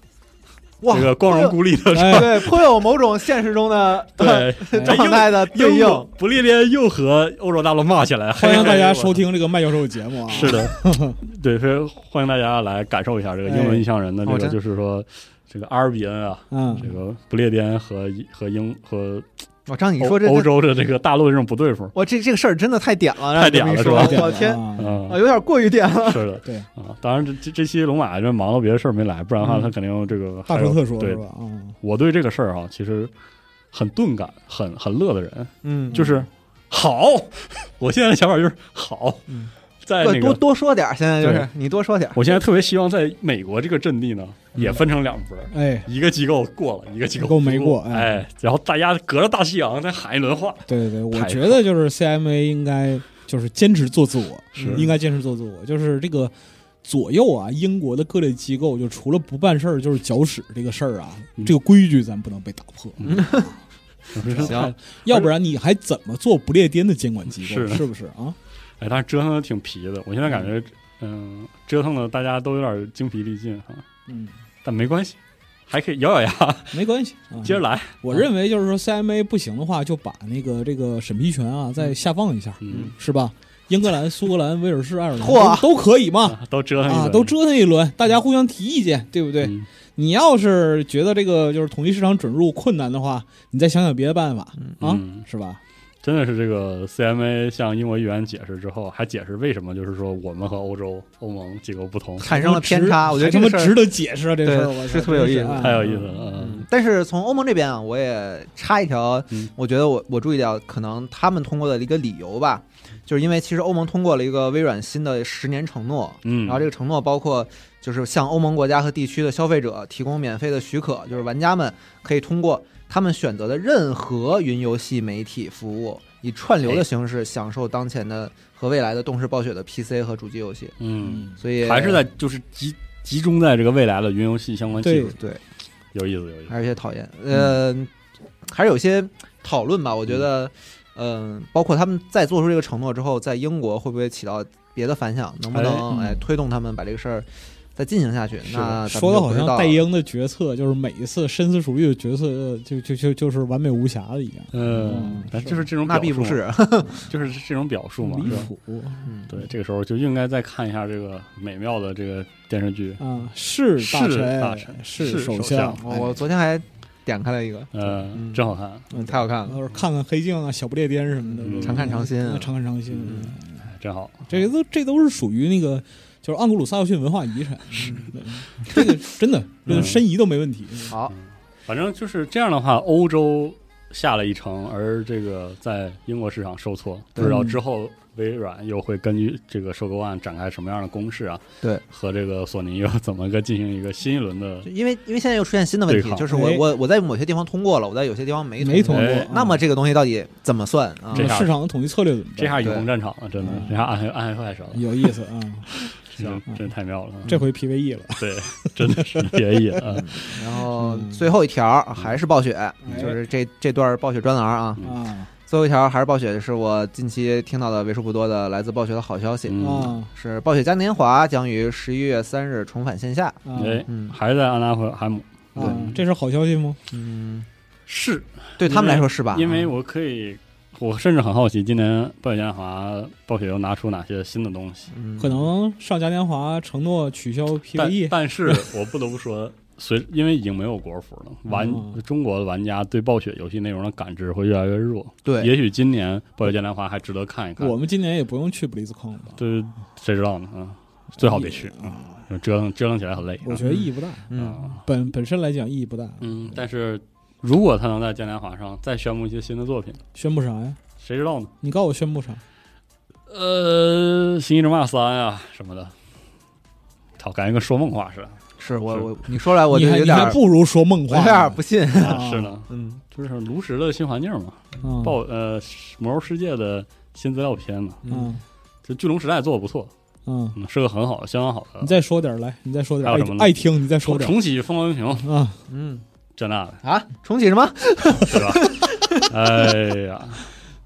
哇，这个光荣颇孤立的有哎，对，颇有某种现实中的 对 哎状态的对英应。国不列颠又和欧洲大陆骂起来，欢迎大家收听这个麦教授的节目啊。是的， 对，所以欢迎大家来感受一下这个英哎伦印象人的这哦个，真就是说这个阿尔比恩啊，嗯这，个不列颠和和英和我让你欧说这，欧洲的这个大陆这种不对付，我这这个事儿真的太点了，太点了让你是这么吧一说我天啊嗯啊，，有点过于点了。是的，对啊，当然这这这期龙马这忙到别的事儿没来，不然的话嗯他肯定这个大还有说特说对是，吧？啊，我对这个事儿啊，其实很钝感，很很乐的人，嗯，就是好，我现在的想法就是好嗯，在多那多个。多说点儿，现在就是对你多说点儿。我现在特别希望在美国这个阵地呢，也分成两波，哎， 一个机构过了，一个机构机构没过不哎哎，然后大家隔着大西洋再喊一轮话，对对对，我太觉得就是 CMA 应该就是坚持做自我，是嗯应该坚持做自我，就是这个。左右啊，英国的各类机构就除了不办事儿就是搅屎这个事儿啊，嗯这个规矩咱不能被打破，行，要不然你还怎么做不列颠的监管机构？是是不是啊？哎，但是折腾的挺皮的，我现在感觉，嗯、折腾的大家都有点精疲力尽哈，嗯，但没关系，还可以咬咬牙，没关系，啊、接着来，我认为就是说 CMA 不行的话，就把那个这个审批权啊再下放一下，嗯，是吧？英格兰、苏格兰、威尔士、爱尔兰嚯哎都都可以嘛，啊都折腾一啊，轮都折腾一轮，大家互相提意见，对不对？嗯你要是觉得这个就是统一市场准入困难的话，你再想想别的办法啊，嗯是吧？真的是这个 CMA 向英国议员解释之后，还解释为什么就是说我们和欧洲、欧盟机构不同，产生了偏值差，我觉得还这他个妈事儿值得解释啊，这事儿对我操是特别有真意思哎太有意思了。嗯但是从欧盟这边啊，我也插一条，嗯我觉得我我注意到，可能他们通过的一个理由吧，就是因为其实欧盟通过了一个微软新的十年承诺，嗯，然后这个承诺包括就是向欧盟国家和地区的消费者提供免费的许可，就是玩家们可以通过他们选择的任何云游戏媒体服务，以串流的形式享受当前的和未来的动视暴雪的 PC 和主机游戏，嗯，所以还是在就是集集中在这个未来的云游戏相关技术，对。有意思，有意思。还是有些讨厌。呃，还是有些讨论吧。我觉得，嗯、包括他们在做出这个承诺之后，在英国会不会起到别的反响？能不能哎哎嗯推动他们把这个事儿再进行下去？是嗯的那咱们说的就好不知像道戴了英的决策就是每一次深思熟虑的决策，就就就就是完美无瑕的一样，嗯，嗯哎就是这种那必表不述嘛，是，就是这种表述嘛，离是吧？谱嗯，对，这个时候就应该再看一下这个美妙的这个电视剧。啊！是大是臣，大臣是是首首相相，哎我我昨天还点开了一个，呃嗯，真好看，嗯，太好看哎了，要是看看黑镜啊、小不列颠什么的，嗯常看常新啊嗯常看常新。嗯哎真好。这个都这都是属于那个，就是盎格鲁撒克逊文化遗产。嗯这个真的，嗯这个申遗都没问题。好，反正就是这样的话，欧洲下了一城，而这个在英国市场受挫，不知道之后微软又会根据这个收购案展开什么样的攻势啊？对，和这个索尼又 怎么个进行一个新一轮的就因为因为现在又出现新的问对题，抗就是我哎我我在某些地方通过了，我在有些地方没没通通过过哎，那么这个东西到底怎么算啊嗯？这下市场的统一策略怎么办这下以对红战场了？真的嗯，这下暗黑暗黑坏手了，有意思啊！真真是太妙了。嗯这回 PVE 了，对，真的是别意了。嗯然后嗯最后一条还是暴雪，就是这这段暴雪专栏啊，嗯啊最后一条还是暴雪，是我近期听到的为数不多的来自暴雪的好消息，嗯啊是暴雪嘉年华将于十一月三日重返线下。啊！哎嗯，还在安达和海姆，啊，这是好消息吗？嗯，是对他们来说是吧？嗯因为我可以，我甚至很好奇，今年暴雪嘉年华，暴雪又拿出哪些新的东西？嗯可能上嘉年华承诺取消 E 但 PVE，但是我不得不说，随因为已经没有国服了，玩、嗯中国的玩家对暴雪游戏内容的感知会越来越弱。对，也许今年暴雪嘉年华还值得看一看。我们今年也不用去 BlizzCon 了吧？嗯对，谁知道呢？啊，最好别去啊，折腾折腾起来很累。我觉得意义不大，嗯，啊，本本身来讲意义不大。嗯，但是如果他能在嘉年华上再宣布一些新的作品，宣布啥呀？谁知道呢？你告诉我宣布啥？呃，《星际争霸三》啊什么的，操，感觉跟说梦话似的。是我是我你说来我你就还有你点还儿不如说梦我话有呢。点儿不信。啊是呢，嗯，就是炉石的新环境嘛，嗯暴呃魔兽世界的新资料片嘛，嗯这巨龙时代做的不错，嗯，嗯，是个很好相当好你的。再说点儿来，你再说点儿还有爱什么听呢爱听，你再重说点儿重启风暴英雄，啊，嗯，这那的，啊，重启什么？是吧？ 哎呀，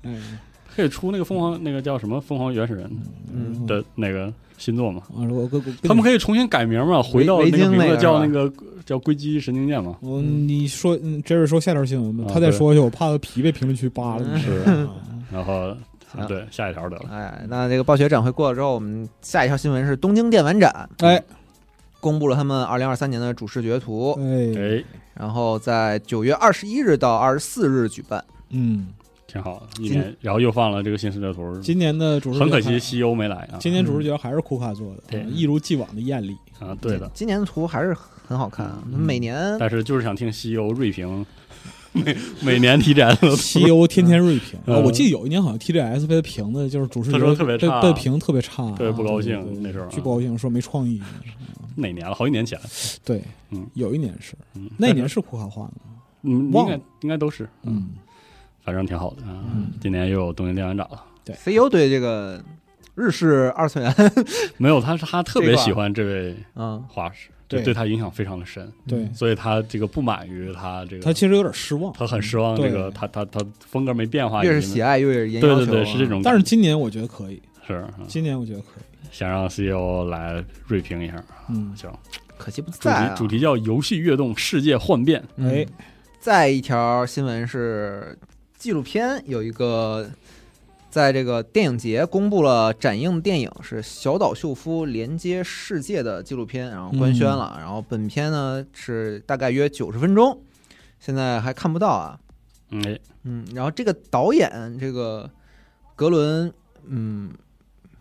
嗯，可以出那个疯狂那个叫什么《疯狂原始人嗯》的那个新作嘛？我我我他们可以重新改名嘛？回到维维那个京名那字个叫那是个叫《硅基神经键》嘛？我你说嗯，Jerry 说下条新闻吧，啊他再对说下去，我怕他皮被评论区扒了。是 啊然后行对下一条得了，哎，那这个暴雪展会过了之后，我们下一条新闻是东京电玩展，哎，公布了他们二零二三年的主视觉图，哎，哎，然后在九月二十一日到二十四日举办。嗯，挺好的，一年，然后又放了这个新视觉图，今年的主视觉很可还惜西欧没来啊今年主视觉还是库卡做的，对啊一如既往的艳丽。啊，对嗯的，今年图还是很好看啊，嗯每年但是就是想听西欧锐评， 每每年提 展的西欧天天锐评嗯啊，我记得有一年好像 TGS 被他评的，就是主视觉他说特别被差被评特别差，特别不高兴啊对对对那时候啊巨不高兴，说没创意。哪年了？好几年前了，对，嗯有一年是，嗯，那年是库卡画的，嗯，应忘该了应该都是，嗯，反正挺好的啊。今年又有东京电玩展了， CEO 对这个日式二次元，没有他，他特这别块儿喜欢这位嗯，画师，对就对他影响非常的深，对所以他这个不满于他这个，他其实有点失望，嗯他很失望，对这个他他他风格没变化， 越已是经喜爱越是严对要求对啊，对，是这种感但觉，是今年我觉得可以，是嗯今年我觉得可以，想让 CEO 来锐评一下，嗯，行，可惜不主在啊题主题叫游戏跃动，世界幻变，哎，再一条新闻是纪录片有一个。在这个电影节公布了展映电影是小岛秀夫连接世界的纪录片，然后官宣了。然后本片呢是大概约九十分钟，现在还看不到啊。嗯，哎嗯，然后这个导演这个格伦，嗯，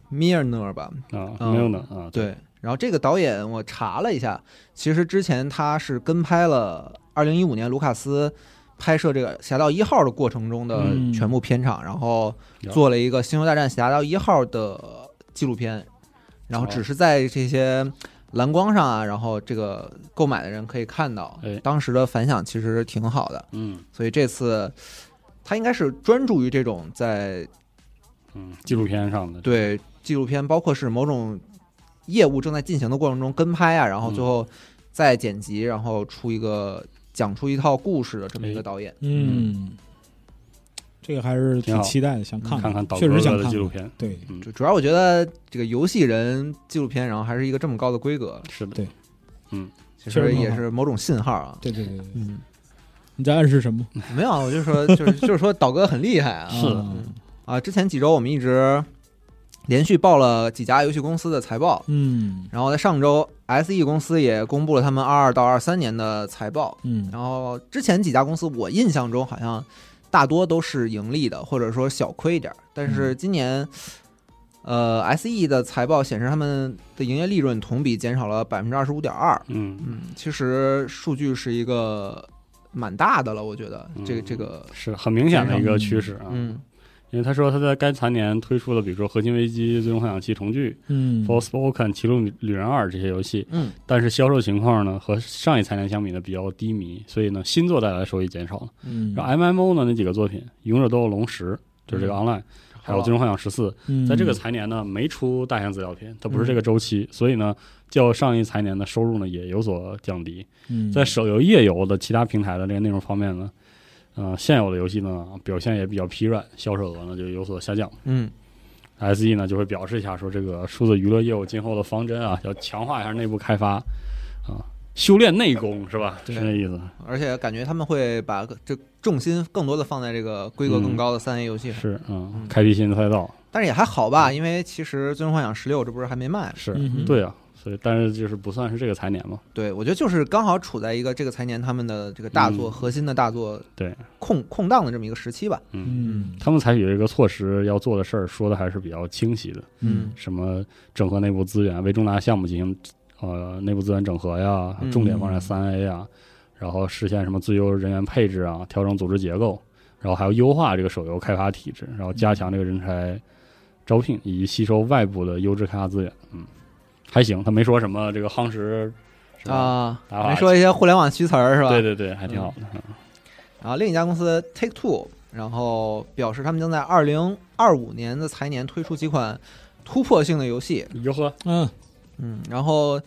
米尔诺吧，啊，嗯没有呢啊，对。然后这个导演我查了一下，其实之前他是跟拍了二零一五年卢卡斯拍摄这个《侠盗一号》的过程中的嗯全部片场，然后做了一个《星球大战：侠盗一号》的纪录片，然后只是在这些蓝光上啊，然后这个购买的人可以看到哎，当时的反响其实挺好的。嗯所以这次他应该是专注于这种在嗯，纪录片上的，对纪录片，包括是某种业务正在进行的过程中跟拍啊，然嗯后最后再剪辑，然后出一个讲出一套故事的这么哎一个导演。嗯，这个还是挺好挺期待的，想看看看导确哥实想哥的看看纪录，片，对，主主要我觉得这个游戏人纪录片，然后还是一个这么高的规格，是的，对其确实实很好也是某种信号 啊。对对对对，嗯，你在暗示什么？没有啊，我就说，就是就是说，导哥很厉害啊。 是的啊啊，之前几周我们一直连续报了几家游戏公司的财报，嗯然后在上周，SE 公司也公布了他们二二到二三年的财报。嗯然后之前几家公司，我印象中好像大多都是盈利的，或者说小亏一点儿。但嗯是今年，呃，SE 的财报显示他们的营业利润同比减少了百分之二十五点二。嗯，嗯，其实数据是一个蛮大的了，我觉得这个嗯这个，是很明显的一个趋势啊，嗯因为他说他在该财年推出了比如说《核心危机》《最终幻想七》重聚，嗯，《Forspoken》《骑路旅人二》这些游戏，嗯，但是销售情况呢和上一财年相比呢比较低迷，所以呢新作带来的收益减少了。嗯然后 MMO 呢那几个作品，《勇者斗恶龙十》就是这个 online，、还啊有《最终幻想十四》，嗯在这个财年呢没出大型资料片，它不是这个周期，所以呢较上一财年的收入呢也有所降低。嗯在手游、页游的其他平台的这个内容方面呢，呃，现有的游戏呢表现也比较疲软，销售额呢就有所下降。嗯 SE 呢就会表示一下，说这个数字娱乐业务今后的方针啊，要强化一下内部开发啊，修炼内功是吧？是对这意思。而且感觉他们会把这重心更多的放在这个规格更高的三 A 游戏上。嗯是嗯，开辟新的赛道但是也还好吧，因为其实《最终幻想十六》这不是还没卖吗？是、嗯哼对啊，所以但是就是不算是这个财年嘛，对，我觉得就是刚好处在一个这个财年他们的这个大作、嗯核心的大作对空空档的这么一个时期吧。嗯。嗯他们采取这个措施要做的事儿，说的还是比较清晰的，嗯什么整合内部资源，为重大项目进行呃内部资源整合呀，嗯重点放在三 A 啊，然后实现什么最优人员配置啊，调整组织结构，然后还要优化这个手游开发体制，然后加强这个人才招聘以及吸收外部的优质开发资源。嗯，还行，他没说什么这个夯实是吧？啊，打法没说一些互联网虚词儿是吧？对对对，还挺好的。嗯然后另一家公司 Take Two，然后表示他们将在二零二五年的财嗯年推出几款突破性的游戏。你就喝嗯嗯，然后。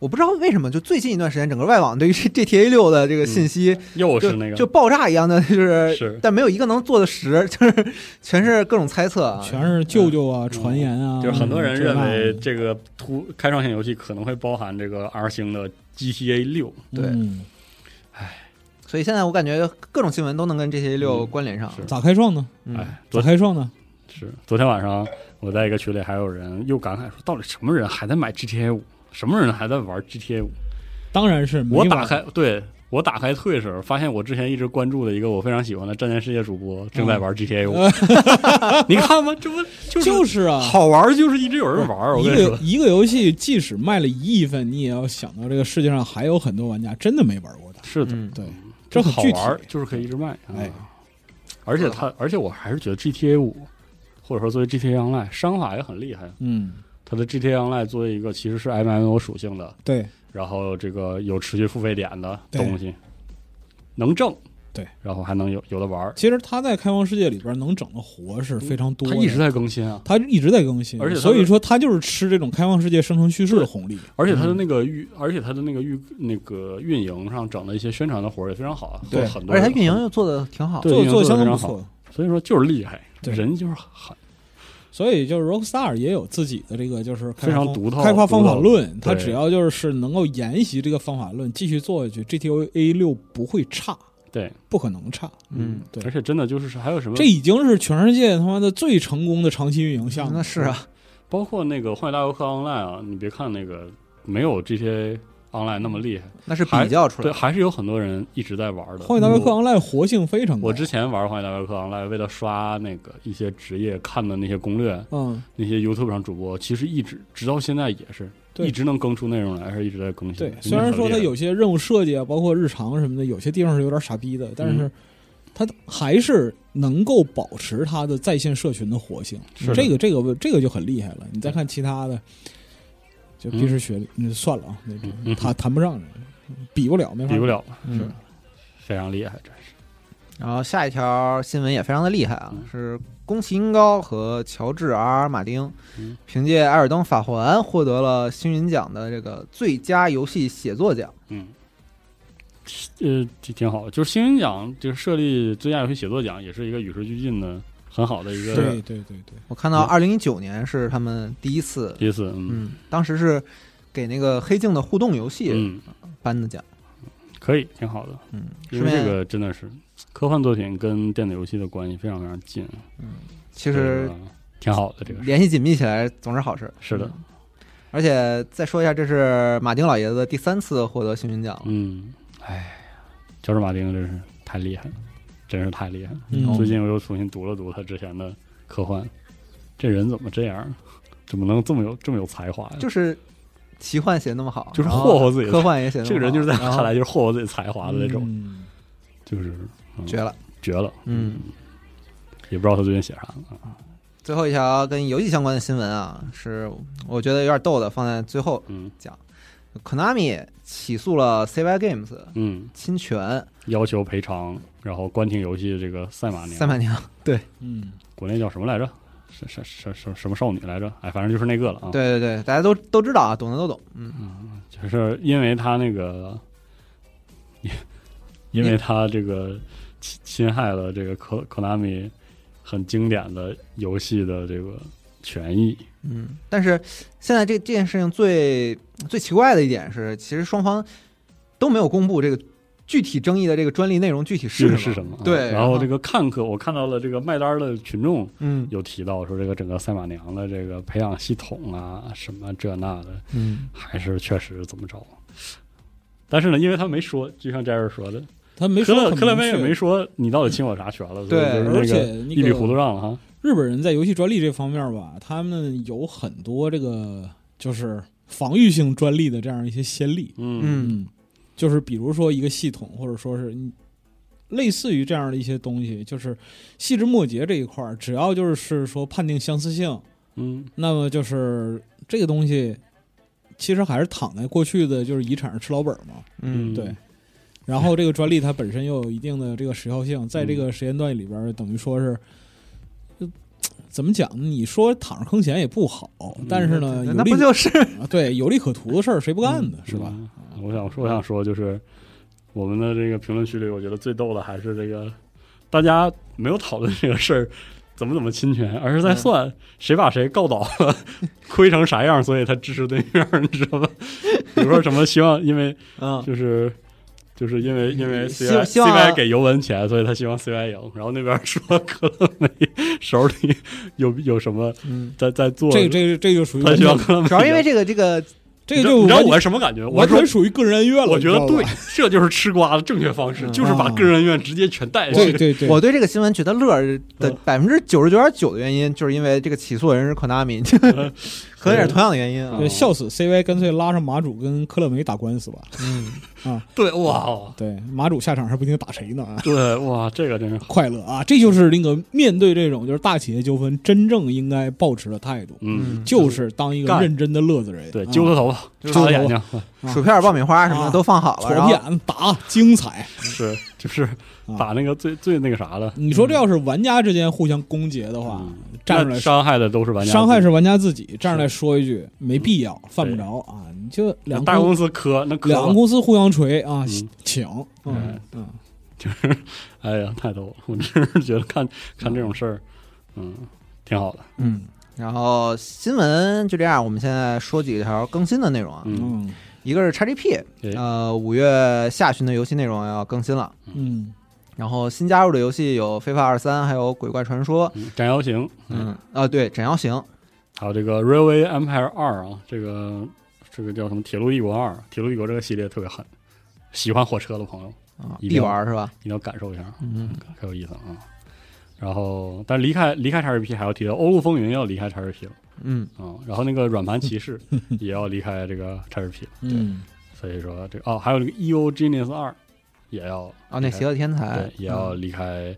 我不知道为什么，就最近一段时间，整个外网对于这 GTA 六的这个信息，又就是嗯那个，就爆炸一样的，就是是但没有一个能做的实，就是全是各种猜测啊，全是舅舅啊、传言啊，嗯就是很多人认为这这个突开创性游戏可能会包含这个 R 星的 GTA 六，那对的嗯所以现在我感觉各种新闻都能跟 GTA 六嗯关联上。是咋开创呢？嗯哎，昨咋开创呢？是昨天晚上我在一个群里还有人又感慨说，到底什么人还在买 GTA 五，什么人还在玩 GTA 五？当然是没我玩打开对。我打开退时，发现我之前一直关注的一个我非常喜欢的战舰世界主播正在玩 GTA 五，你看吧，这不就是嗯就是啊，好玩儿就是一直有人玩儿，我一跟你个说，一个游戏即使卖了一亿份，你也要想到这个世界上还有很多玩家真的没玩过的。是的，嗯，对，这很好具体玩儿就是可以一直卖。啊哎，嗯而且它，而且我还是觉得 GTA 五，或者说作为 GTA Online，商法也很厉害。嗯，它的 GTA Online 作为一个其实是 MMO 属性的，对，然后这个有持续付费点的对东西，能挣，对，然后还能有有的玩儿。其实他在开放世界里边能整的活是非常多它的，一直在更新啊，他一直在更新，而且它所以说他就是吃这种开放世界生成叙事的红利。而且它的那个运，而且它的那个运那个运营上整的一些宣传的活儿也非常好啊，对做很多而且人它很，运营又做的挺好。对做运营做做得得相非当常不好错，所以说就是厉害，对人就是很所以就是 Rockstar 也有自己的这个就是开发非常方独特开发方法论，独特它对只要就是能够沿袭这个方法论继续做下去，GTA 六不会差，对，不可能差。嗯，对而且真的就是还有什么这已经是全世界他妈的最成功的长期运营项目。那是啊，包括那个《荒野大游客 Online》啊，你别看那个没有这些 Online 那么厉嗯害，那是还比较出对，来的。还是有很多人一直在玩的。 《荒野大镖客 Online》活性非常高。我之前玩《荒野大游客 Online》，为了刷那个一些职业看的那些攻略，嗯，那些 YouTube 上主播，其实一直直到现在也是对一直能更出内容来，还是一直在更新。对，真的虽然很说它厉害有些任务设计啊，包括日常什么的，有些地方是有点傻逼的，但是它还是能够保持它的在线社群的活性。是的这个这个这个就很厉害了。你再看其他的，就嗯必须学历，嗯，算了啊，那嗯嗯谈谈不上这个，比不了，没法比不。了，嗯，非常厉害，真是。然后下一条新闻也非常的厉害啊嗯，是宫崎英高和乔治 ·R· 马丁嗯凭借《艾尔登法环》获得了星云奖的这个最佳游戏写作奖。嗯，呃，这挺好。就是星云奖，就是设立最佳游戏写作奖，也是一个与时俱进的很好的一对个对对对对，我看到嗯二零一九年是他们第一次，意思。嗯嗯，当时是给那个黑镜的互动游戏嗯，颁的奖，可以，挺好的。嗯，因顺为便这个真的是科幻作品跟电子游戏的关系非常非常近，啊其实这个挺好的。这个是联系紧密起来总是好事。是的，而且再说一下，这是马丁老爷子第三次获得星云奖了。嗯，哎呀，乔治马丁真是太厉害了，真是太厉害了。嗯最近我又重新读了读他之前的科幻，这人怎么这样？怎么能这么有这么有才华呀？就是奇幻写得那么好，嗯就是然后霍霍自己的科幻也写得那这么好个人就是在我然后看来就是霍霍自己才华的那种，嗯就是、嗯绝了。绝了。嗯，也不知道他最近写啥了啊。最后一条跟游戏相关的新闻啊，是我觉得有点逗的，放在最后嗯讲。Konami 起诉了 CY Games 嗯，侵权要求赔偿，然后关停游戏这个赛马娘。赛马娘，嗯，国内叫什么来着？什什什什什么少女来着？哎，反正就是那个了啊。，对对对，大家都都知道啊，懂的都懂。嗯，就是因为他那个， 因为他这个侵侵害了这个科科纳米很经典的游戏的这个权益。嗯，但是现在这这件事情最最奇怪的一点是，其实双方都没有公布这个具体争议的这个专利内容具体这是个么。是什么啊？对，然后这个看客，我看到了这个卖单的群众嗯有提到说，这个整个赛马娘的这个培养系统啊，什么这那的，嗯，还是确实怎么着。但是呢，因为他没说，就像 j e 说的，他没科说勒很科勒明威也没确，说你到底侵我啥权了，所以对就是而那且个那一个笔糊涂账了哈。日本人在游戏专利这方面吧，他们有很多这个就是防御性专利的这样一些先例。嗯嗯，嗯，就是比如说一个系统，或者说是你类似于这样的一些东西，就是细枝末节这一块儿，只要就是说判定相似性，嗯，那么就是这个东西其实还是躺在过去的就是遗产上吃老本儿嘛，嗯嗯对。然后这个专嗯利它本身又有一定的这个时效性，在这个时间段里边儿，等于说是，就呃怎么讲呢？你说躺着坑钱也不好，但是呢，有嗯那利不就是啊对有利可图的事儿谁不干呢？是吧？嗯我想说，我想说就是我们的这个评论区里，我觉得最逗的还是这个大家没有讨论这个事儿。怎么怎么侵权，而是嗯在算谁把谁告倒了， 亏成啥样，所以他支持对面，你知道吧？ 比如说什么希望，因为嗯就是就是因为因为希 C Y 希 C 望 Y 给尤文钱，所以他希望 C Y 赢。然后那边说克勒梅手里有有什么嗯，在在做，这这这就属于他完希望全克勒梅赢。主要因为这个这个这你个知就道你知道完我是什么感觉？我完说全属于个人恩怨了。我觉得你知道对吧，这就是吃瓜的正确方式，嗯就是把个人恩怨直接全带对去。对对，我 对这个新闻觉得乐儿的嗯百分之九十九点九的原因，就是因为这个起诉的人是 Konami，可能也是同样的原因啊对。笑死 CY，干脆拉上马主跟克勒梅打官 司吧。嗯，对，哇，对，马主下场还不一定打谁呢啊！哦对哇，这个真是，快乐啊，这就是那个面对这种就是大企业纠纷，真正应该保持的态度，嗯，嗯就是当一个干认真的乐子人。对，啊揪他头发，揪擦他他眼头睛， 薯片、爆米花什么的都放好了，然戳后骗打精彩。是就是啊把那个最最那个啥的，你说这要是玩家之间互相攻讦的话嗯， 站出那来说伤害的都是玩家，伤害是玩家自己，站出来说一句没必要，犯不着啊！你就两嗯大公公司磕那磕两吧个，公司互相锤啊嗯，请嗯哎嗯，就是哎呀，太逗了，我真是觉得看看这种事儿，嗯，挺好的，嗯然后新闻就这样。我们现在说几条更新的内容啊，嗯，嗯一个是 XGP，哎呃，五月下旬的游戏内容要更新了。嗯，然后新加入的游戏有《非法二三》，还有《鬼怪传说》。嗯斩妖行，嗯，啊，对，《斩妖行》还有这个 Railway Empire 二啊，这个这个叫什么《铁路帝国二》，《铁路帝国》这个系列特别狠，喜欢火车的朋友啊，一必定要玩是吧？一定要感受一下，嗯，可有意思了啊。然后，但离开离开 XRP 还要提到《欧陆风云》要离开 XRP 了嗯，啊、然后那个软盘 骑士也要离开这个 XRP 了，嗯，所以说这个哦，还有这个 EO Genius 二也要哦，那《邪恶天才》对也要嗯离开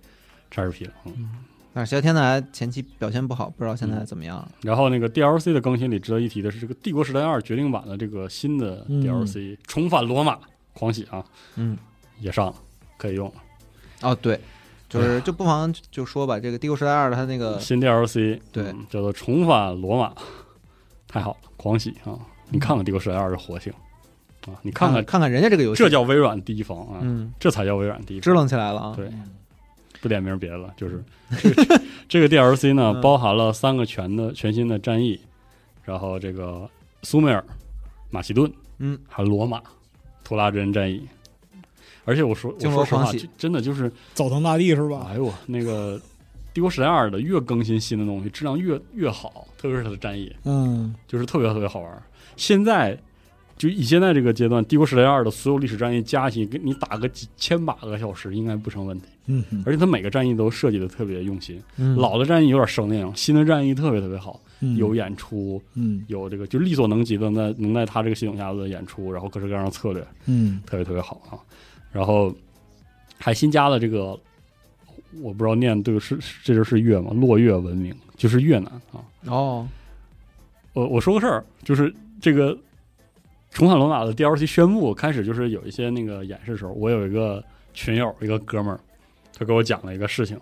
XRP 了，嗯。但是《邪恶天才》前期表现不好，不知道现在怎么样了。然后那个 DLC 的更新里值得一提的是，这个《帝国时代二》决定版的这个新的 DLC、重返罗马》，狂喜啊！嗯，也上了，可以用了。哦，对，就是就不妨就就说吧，这个《帝国时代二》它那个新 DLC 对嗯叫做《重返罗马》，太好了，狂喜啊！你看看《帝国时代二》的活性啊，你看看，看看人家这个游戏，这叫微软提防啊，嗯，这才叫微软提支防。棱起来了啊。对，不点名别 的了，就是这个这个 DLC 呢，嗯包含了三个全的全新的战役，然后这个苏美尔、马其顿，嗯，还有罗马、图拉真战役。而且我说，我京罗说实话，狂喜这真的就是，澡堂大帝是吧？哎呦，那个《帝国时代二》的越更新新的东西，质量越越好，特别是它的战役，嗯就是特别特别好玩。现在就以现在这个阶段，《帝国时代二》的所有历史战役加起来，给你打个几千把个小时，应该不成问题。嗯嗯而且它每个战役都设计的特别用心，嗯，老的战役有点生硬，新的战役特别特别好，嗯有演出，嗯有这个就力所能及的在能在他这个系统下的演出，然后各式各样的策略，嗯特别特别好啊。然后还新加了这个，我不知道念对是是这就是越吗？落越文明就是越南啊。哦，呃我我说个事儿，就是这个《重返罗马》的 DLC 宣布开始，就是有一些那个演示的时候，我有一个群友，一个哥们儿，他给我讲了一个事情，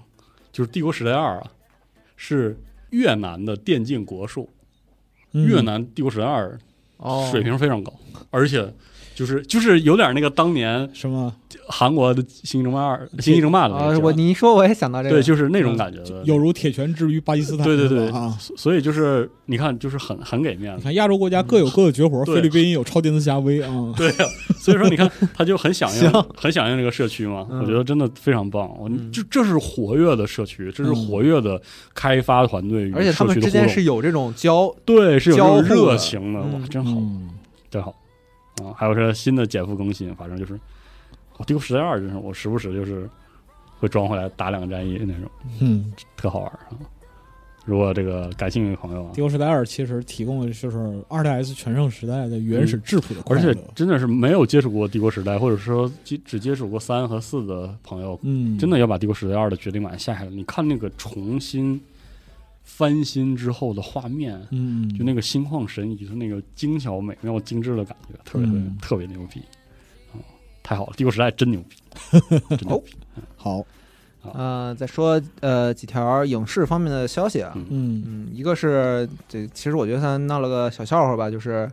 就是《帝国时代二》啊，是越南的电竞国术，嗯越南《帝国时代二哦，》水平非常高，而且。就是就是有点那个当年什么平韩国的《星际争霸二》《星际争霸》的那啊个，劲儿我你一说我也想到这个，对，就是那种感觉的，有如铁拳之于巴基斯坦，呃对对是吧对啊！所以就是你看，就是很很给面你子，看亚洲国家各有各的绝嗯活，对菲律宾有超电磁侠威啊， 对呀、所以说你看，他就很响应，很响应这个社区嘛，嗯我觉得真的非常棒，我嗯就这是活跃的社区，这是活跃的开发团队与而且他社们区之的互间动，是有这种交，对是有交互这种的热情的，嗯哇，真好，嗯真好啊！还有这新的减负更新，反正就是哦我丢时代二，就是我时不时就是会装回来打两个战役那种，嗯，特好玩啊！如果这个感兴趣的朋友啊帝，国时代二其实提供的就是二 DS 全盛时代的原始质朴的快嗯而乐，且真的是没有接触过帝国时代，或者说只只接触过三和四的朋友，嗯，真的要把《帝国时代二》的决定版下下来。你看那个重新翻新之后的画面，嗯，嗯，就那个心旷神怡的那个精巧、美妙、精致的感觉，特别特别、嗯特嗯别牛逼啊、太好了，《帝国时代》真牛逼，真牛逼好，啊、呃，再说呃几条影视方面的消息啊，嗯嗯，一个是这其实我觉得算闹了个小笑话吧，就是。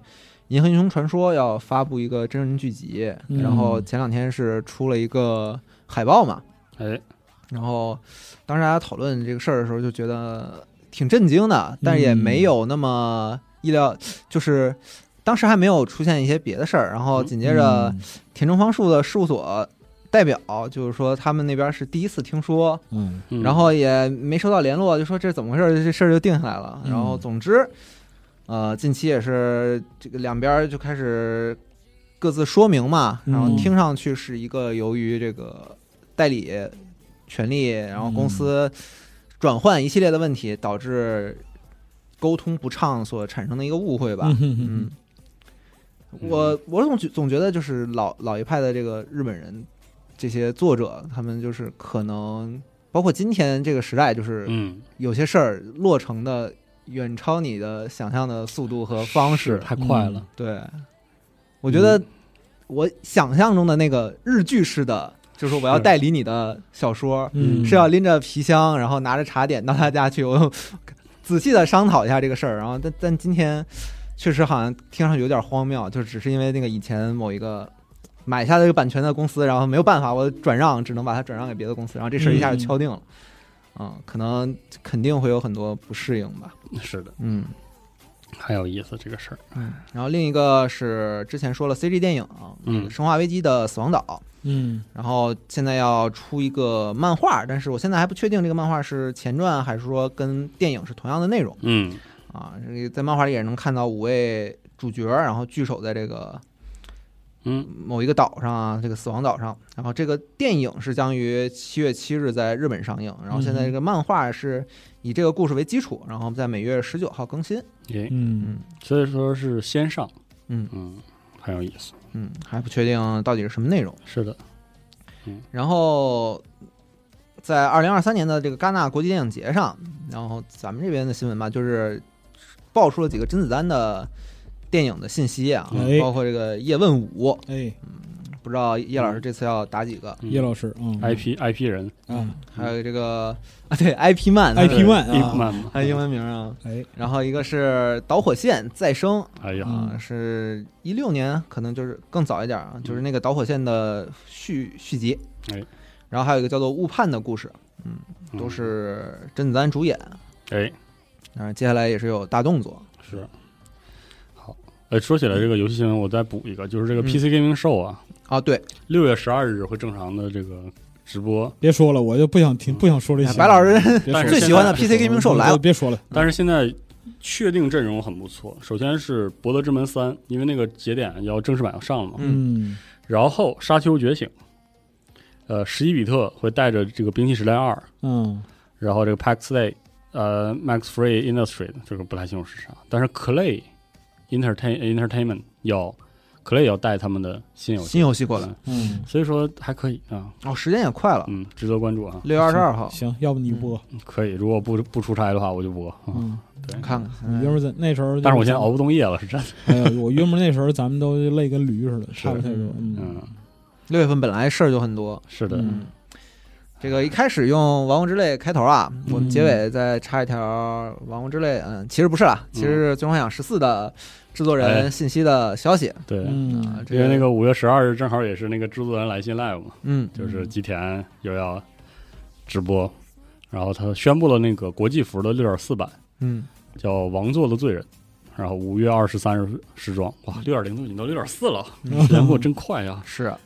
《银河英雄传说》要发布一个真人剧集，嗯然后前两天是出了一个海报嘛，哎，然后当时大家讨论这个事儿的时候，就觉得挺震惊的，但嗯是也没有那么意料，就是当时还没有出现一些别的事儿。然后紧接着，嗯田中芳树的事务所代表就是说，他们那边是第一次听说，嗯嗯然后也没收到联络，就说这怎么回事，这事儿就定下来了。嗯然后总之，呃，近期也是这个两边就开始各自说明嘛，嗯然后听上去是一个由于这个代理权利，然后公司嗯转换一系列的问题导致沟通不畅所产生的一个误会吧。 嗯哼哼嗯，嗯我我总觉总觉得就是老老一派的这个日本人，这些作者他们就是可能包括今天这个时代，就是嗯，有些事儿落成的远超你的想象的速度和方是式。嗯太快了，对，我觉得我想象中的那个日剧式的，就是我要是代理你的小说，嗯是要拎着皮箱，然后拿着茶点到他家去，我 仔细的商讨一下这个事儿。然后，但但今天确实好像听上去有点荒谬，就只是因为那个以前某一个买下这个版权的公司，然后没有办法，我转让，只能把它转让给别的公司，然后这事儿一下就敲定了。嗯，可能肯定会有很多不适应吧。是的，嗯很有意思这个事儿，嗯。然后另一个是之前说了 CG 电影《嗯生化危机》的《死亡岛》，嗯然后现在要出一个漫画，但是我现在还不确定这个漫画是前传还是说跟电影是同样的内容嗯啊。这个在漫画里也能看到五位主角，然后聚首在这个嗯某一个岛上啊，这个死亡岛上。然后这个电影是将于七月七日在日本上映，然后现在这个漫画是以这个故事为基础，然后在每月十九号更新。也嗯所以说是先上，嗯嗯，很有意思，嗯，还不确定到底是什么内容。是的，然后在二零二三年的这个戛纳国际电影节上，然后咱们这边的新闻吧，就是爆出了几个甄子丹的电影的信息啊，哎包括这个《叶问五哎，》，不知道叶老师这次要打几个？叶老师嗯 IP IP 人啊还有这个啊，对，IP 漫 IP 漫对啊 Ip Man 嘛还有英文名啊。哎然后一个是《导火线再生》哎呀，嗯啊，是一六年，可能就是更早一点啊，就是那个《导火线》的续续集。嗯哎，然后还有一个叫做《误判》的故事，嗯都是甄子丹主演。哎当然，接下来也是有大动作。是好，呃，说起来这个游戏新闻，我再补一个，就是这个嗯 PC Gaming Show 啊，啊，对，六月十二日会正常的这个直播，别说了，我就不想听，不想说这些。白老师别说但了 是最喜欢的现 PC Gaming Show 来了。别说了，但是现在确定阵容很不错，首先是《博德之门三》，因为那个节点要正式版要上了嘛，嗯然后《沙丘觉醒》，呃，十一比特会带着这个《兵器时代二》，嗯然后这个 Pax Day，呃，Max Free Industry 这个不太清楚是啥，但是 Clay Entertain 呃 Entertainment 要 Clay 要带他们的新游戏，新游戏过来嗯嗯，所以说还可以啊，哦，时间也快了，嗯，值得关注啊，六月二十二号，行，要不你嗯播，可以。如果不不出差的话，我就播。啊嗯，对，看看。你嗯约莫在那时候就，但是我现在熬不动夜了，是真的。哎呀，我约莫那时候咱们都累跟驴似的，是差不太多，嗯嗯，六月份本来事儿就很多，是的，嗯这个一开始用《王国之泪》开头啊，嗯我们结尾再插一条《王国之泪》，嗯，其实不是啦，其实是《最终幻想十四》的制作人哎信息的消息啊，对，嗯，这哎因为那，个五月十二日正好也是那个制作人来信 live 嘛，嗯就是吉田又要直播，然后他宣布了那个国际服的六点四版，嗯，叫《王座的罪人》，然后五月二十三日时装，哇，六点零度已经到六点四了，嗯时间过得真快呀！是，啊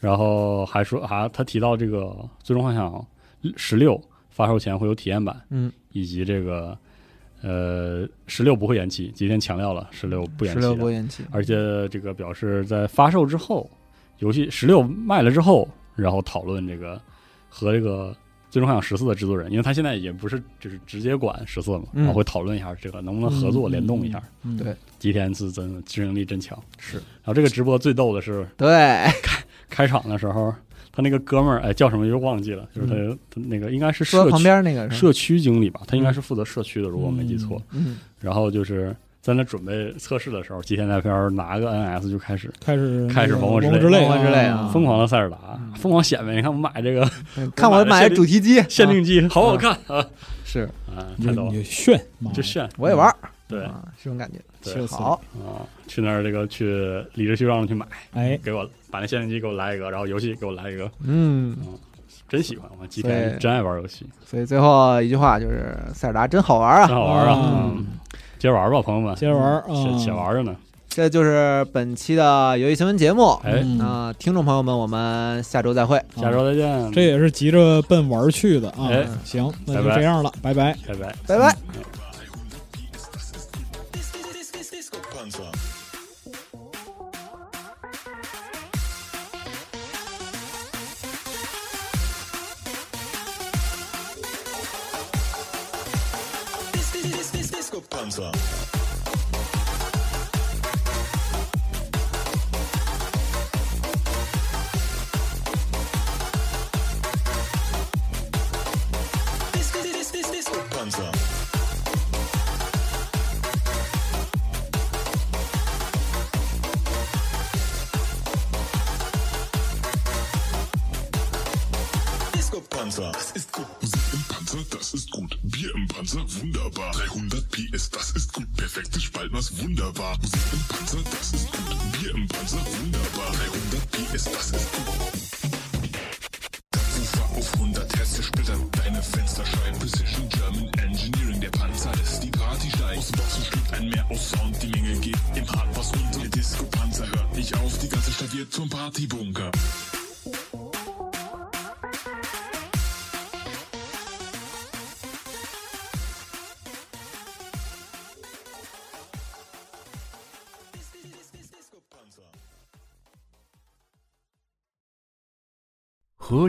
然后还说啊，他提到这个《最终幻想十六》发售前会有体验版，嗯，以及这个呃十六不会延期，吉田强调了十六不延十期六的，波延期，而且这个表示在发售之后，游戏十六卖了之后，然后讨论这个和这个。最终幻想十四的制作人，因为他现在也不是就是直接管十四嘛，嗯然后会讨论一下这个能不能合作嗯联动一下。，嗯对吉田是真的执行力真强。是然后这个直播最逗的是对，开场的时候，他那个哥们儿哎叫什么又忘记了，就是他、他那个应该是嗯社说区旁边那个是吧，社区经理吧，他应该是负责社区的，如果我没记错。嗯然后就是在那准备测试的时候，极限代漂拿个 NS 就开始开始开始那个王国之王国之泪泪王国之泪啊疯狂的塞尔达，疯狂显摆。你看我买这个 看我买的主题机限定机，好好看啊！是，啊，你太就逗你了，就炫，妈的就炫。嗯我也玩儿，对啊，这种感觉。对好，啊，去那儿这个去理直气壮的去买，哎，给我把那限定机给我来一个，然后游戏给我来一个，嗯，真喜欢我极对天真爱玩游戏，所以最后一句话就是塞尔达真好玩真啊！好玩啊！嗯嗯接着玩吧，朋友们，接着玩儿啊，且且玩着呢。这就是本期的游戏新闻节目。哎，嗯啊，听众朋友们，我们下周再会。下周再见，这也是急着奔玩儿去的啊哎。行，那就拜拜这样了，拜拜。拜拜。拜拜。 Das ist gut. Musik im Panzer, das ist gut. Bier im Panzer, wunderbar. 300 PS, das ist gut. Perfektes Spaltmaß, wunderbar. Musik im Panzer, das ist gut. Bier im Panzer, wunderbar. 300 PS, das ist gut. Subwoofer auf 100 Hertz zersplittern deine Fensterscheiben. Precision German Engineering, der Panzer lässt die Party steigen. Aus Boxen schlägt ein Meer aus Sound, die Menge geht im Hart was runter. Der Disco-Panzer hört nicht auf, die ganze Stadt wird zum Partybunker. 核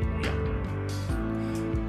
模样。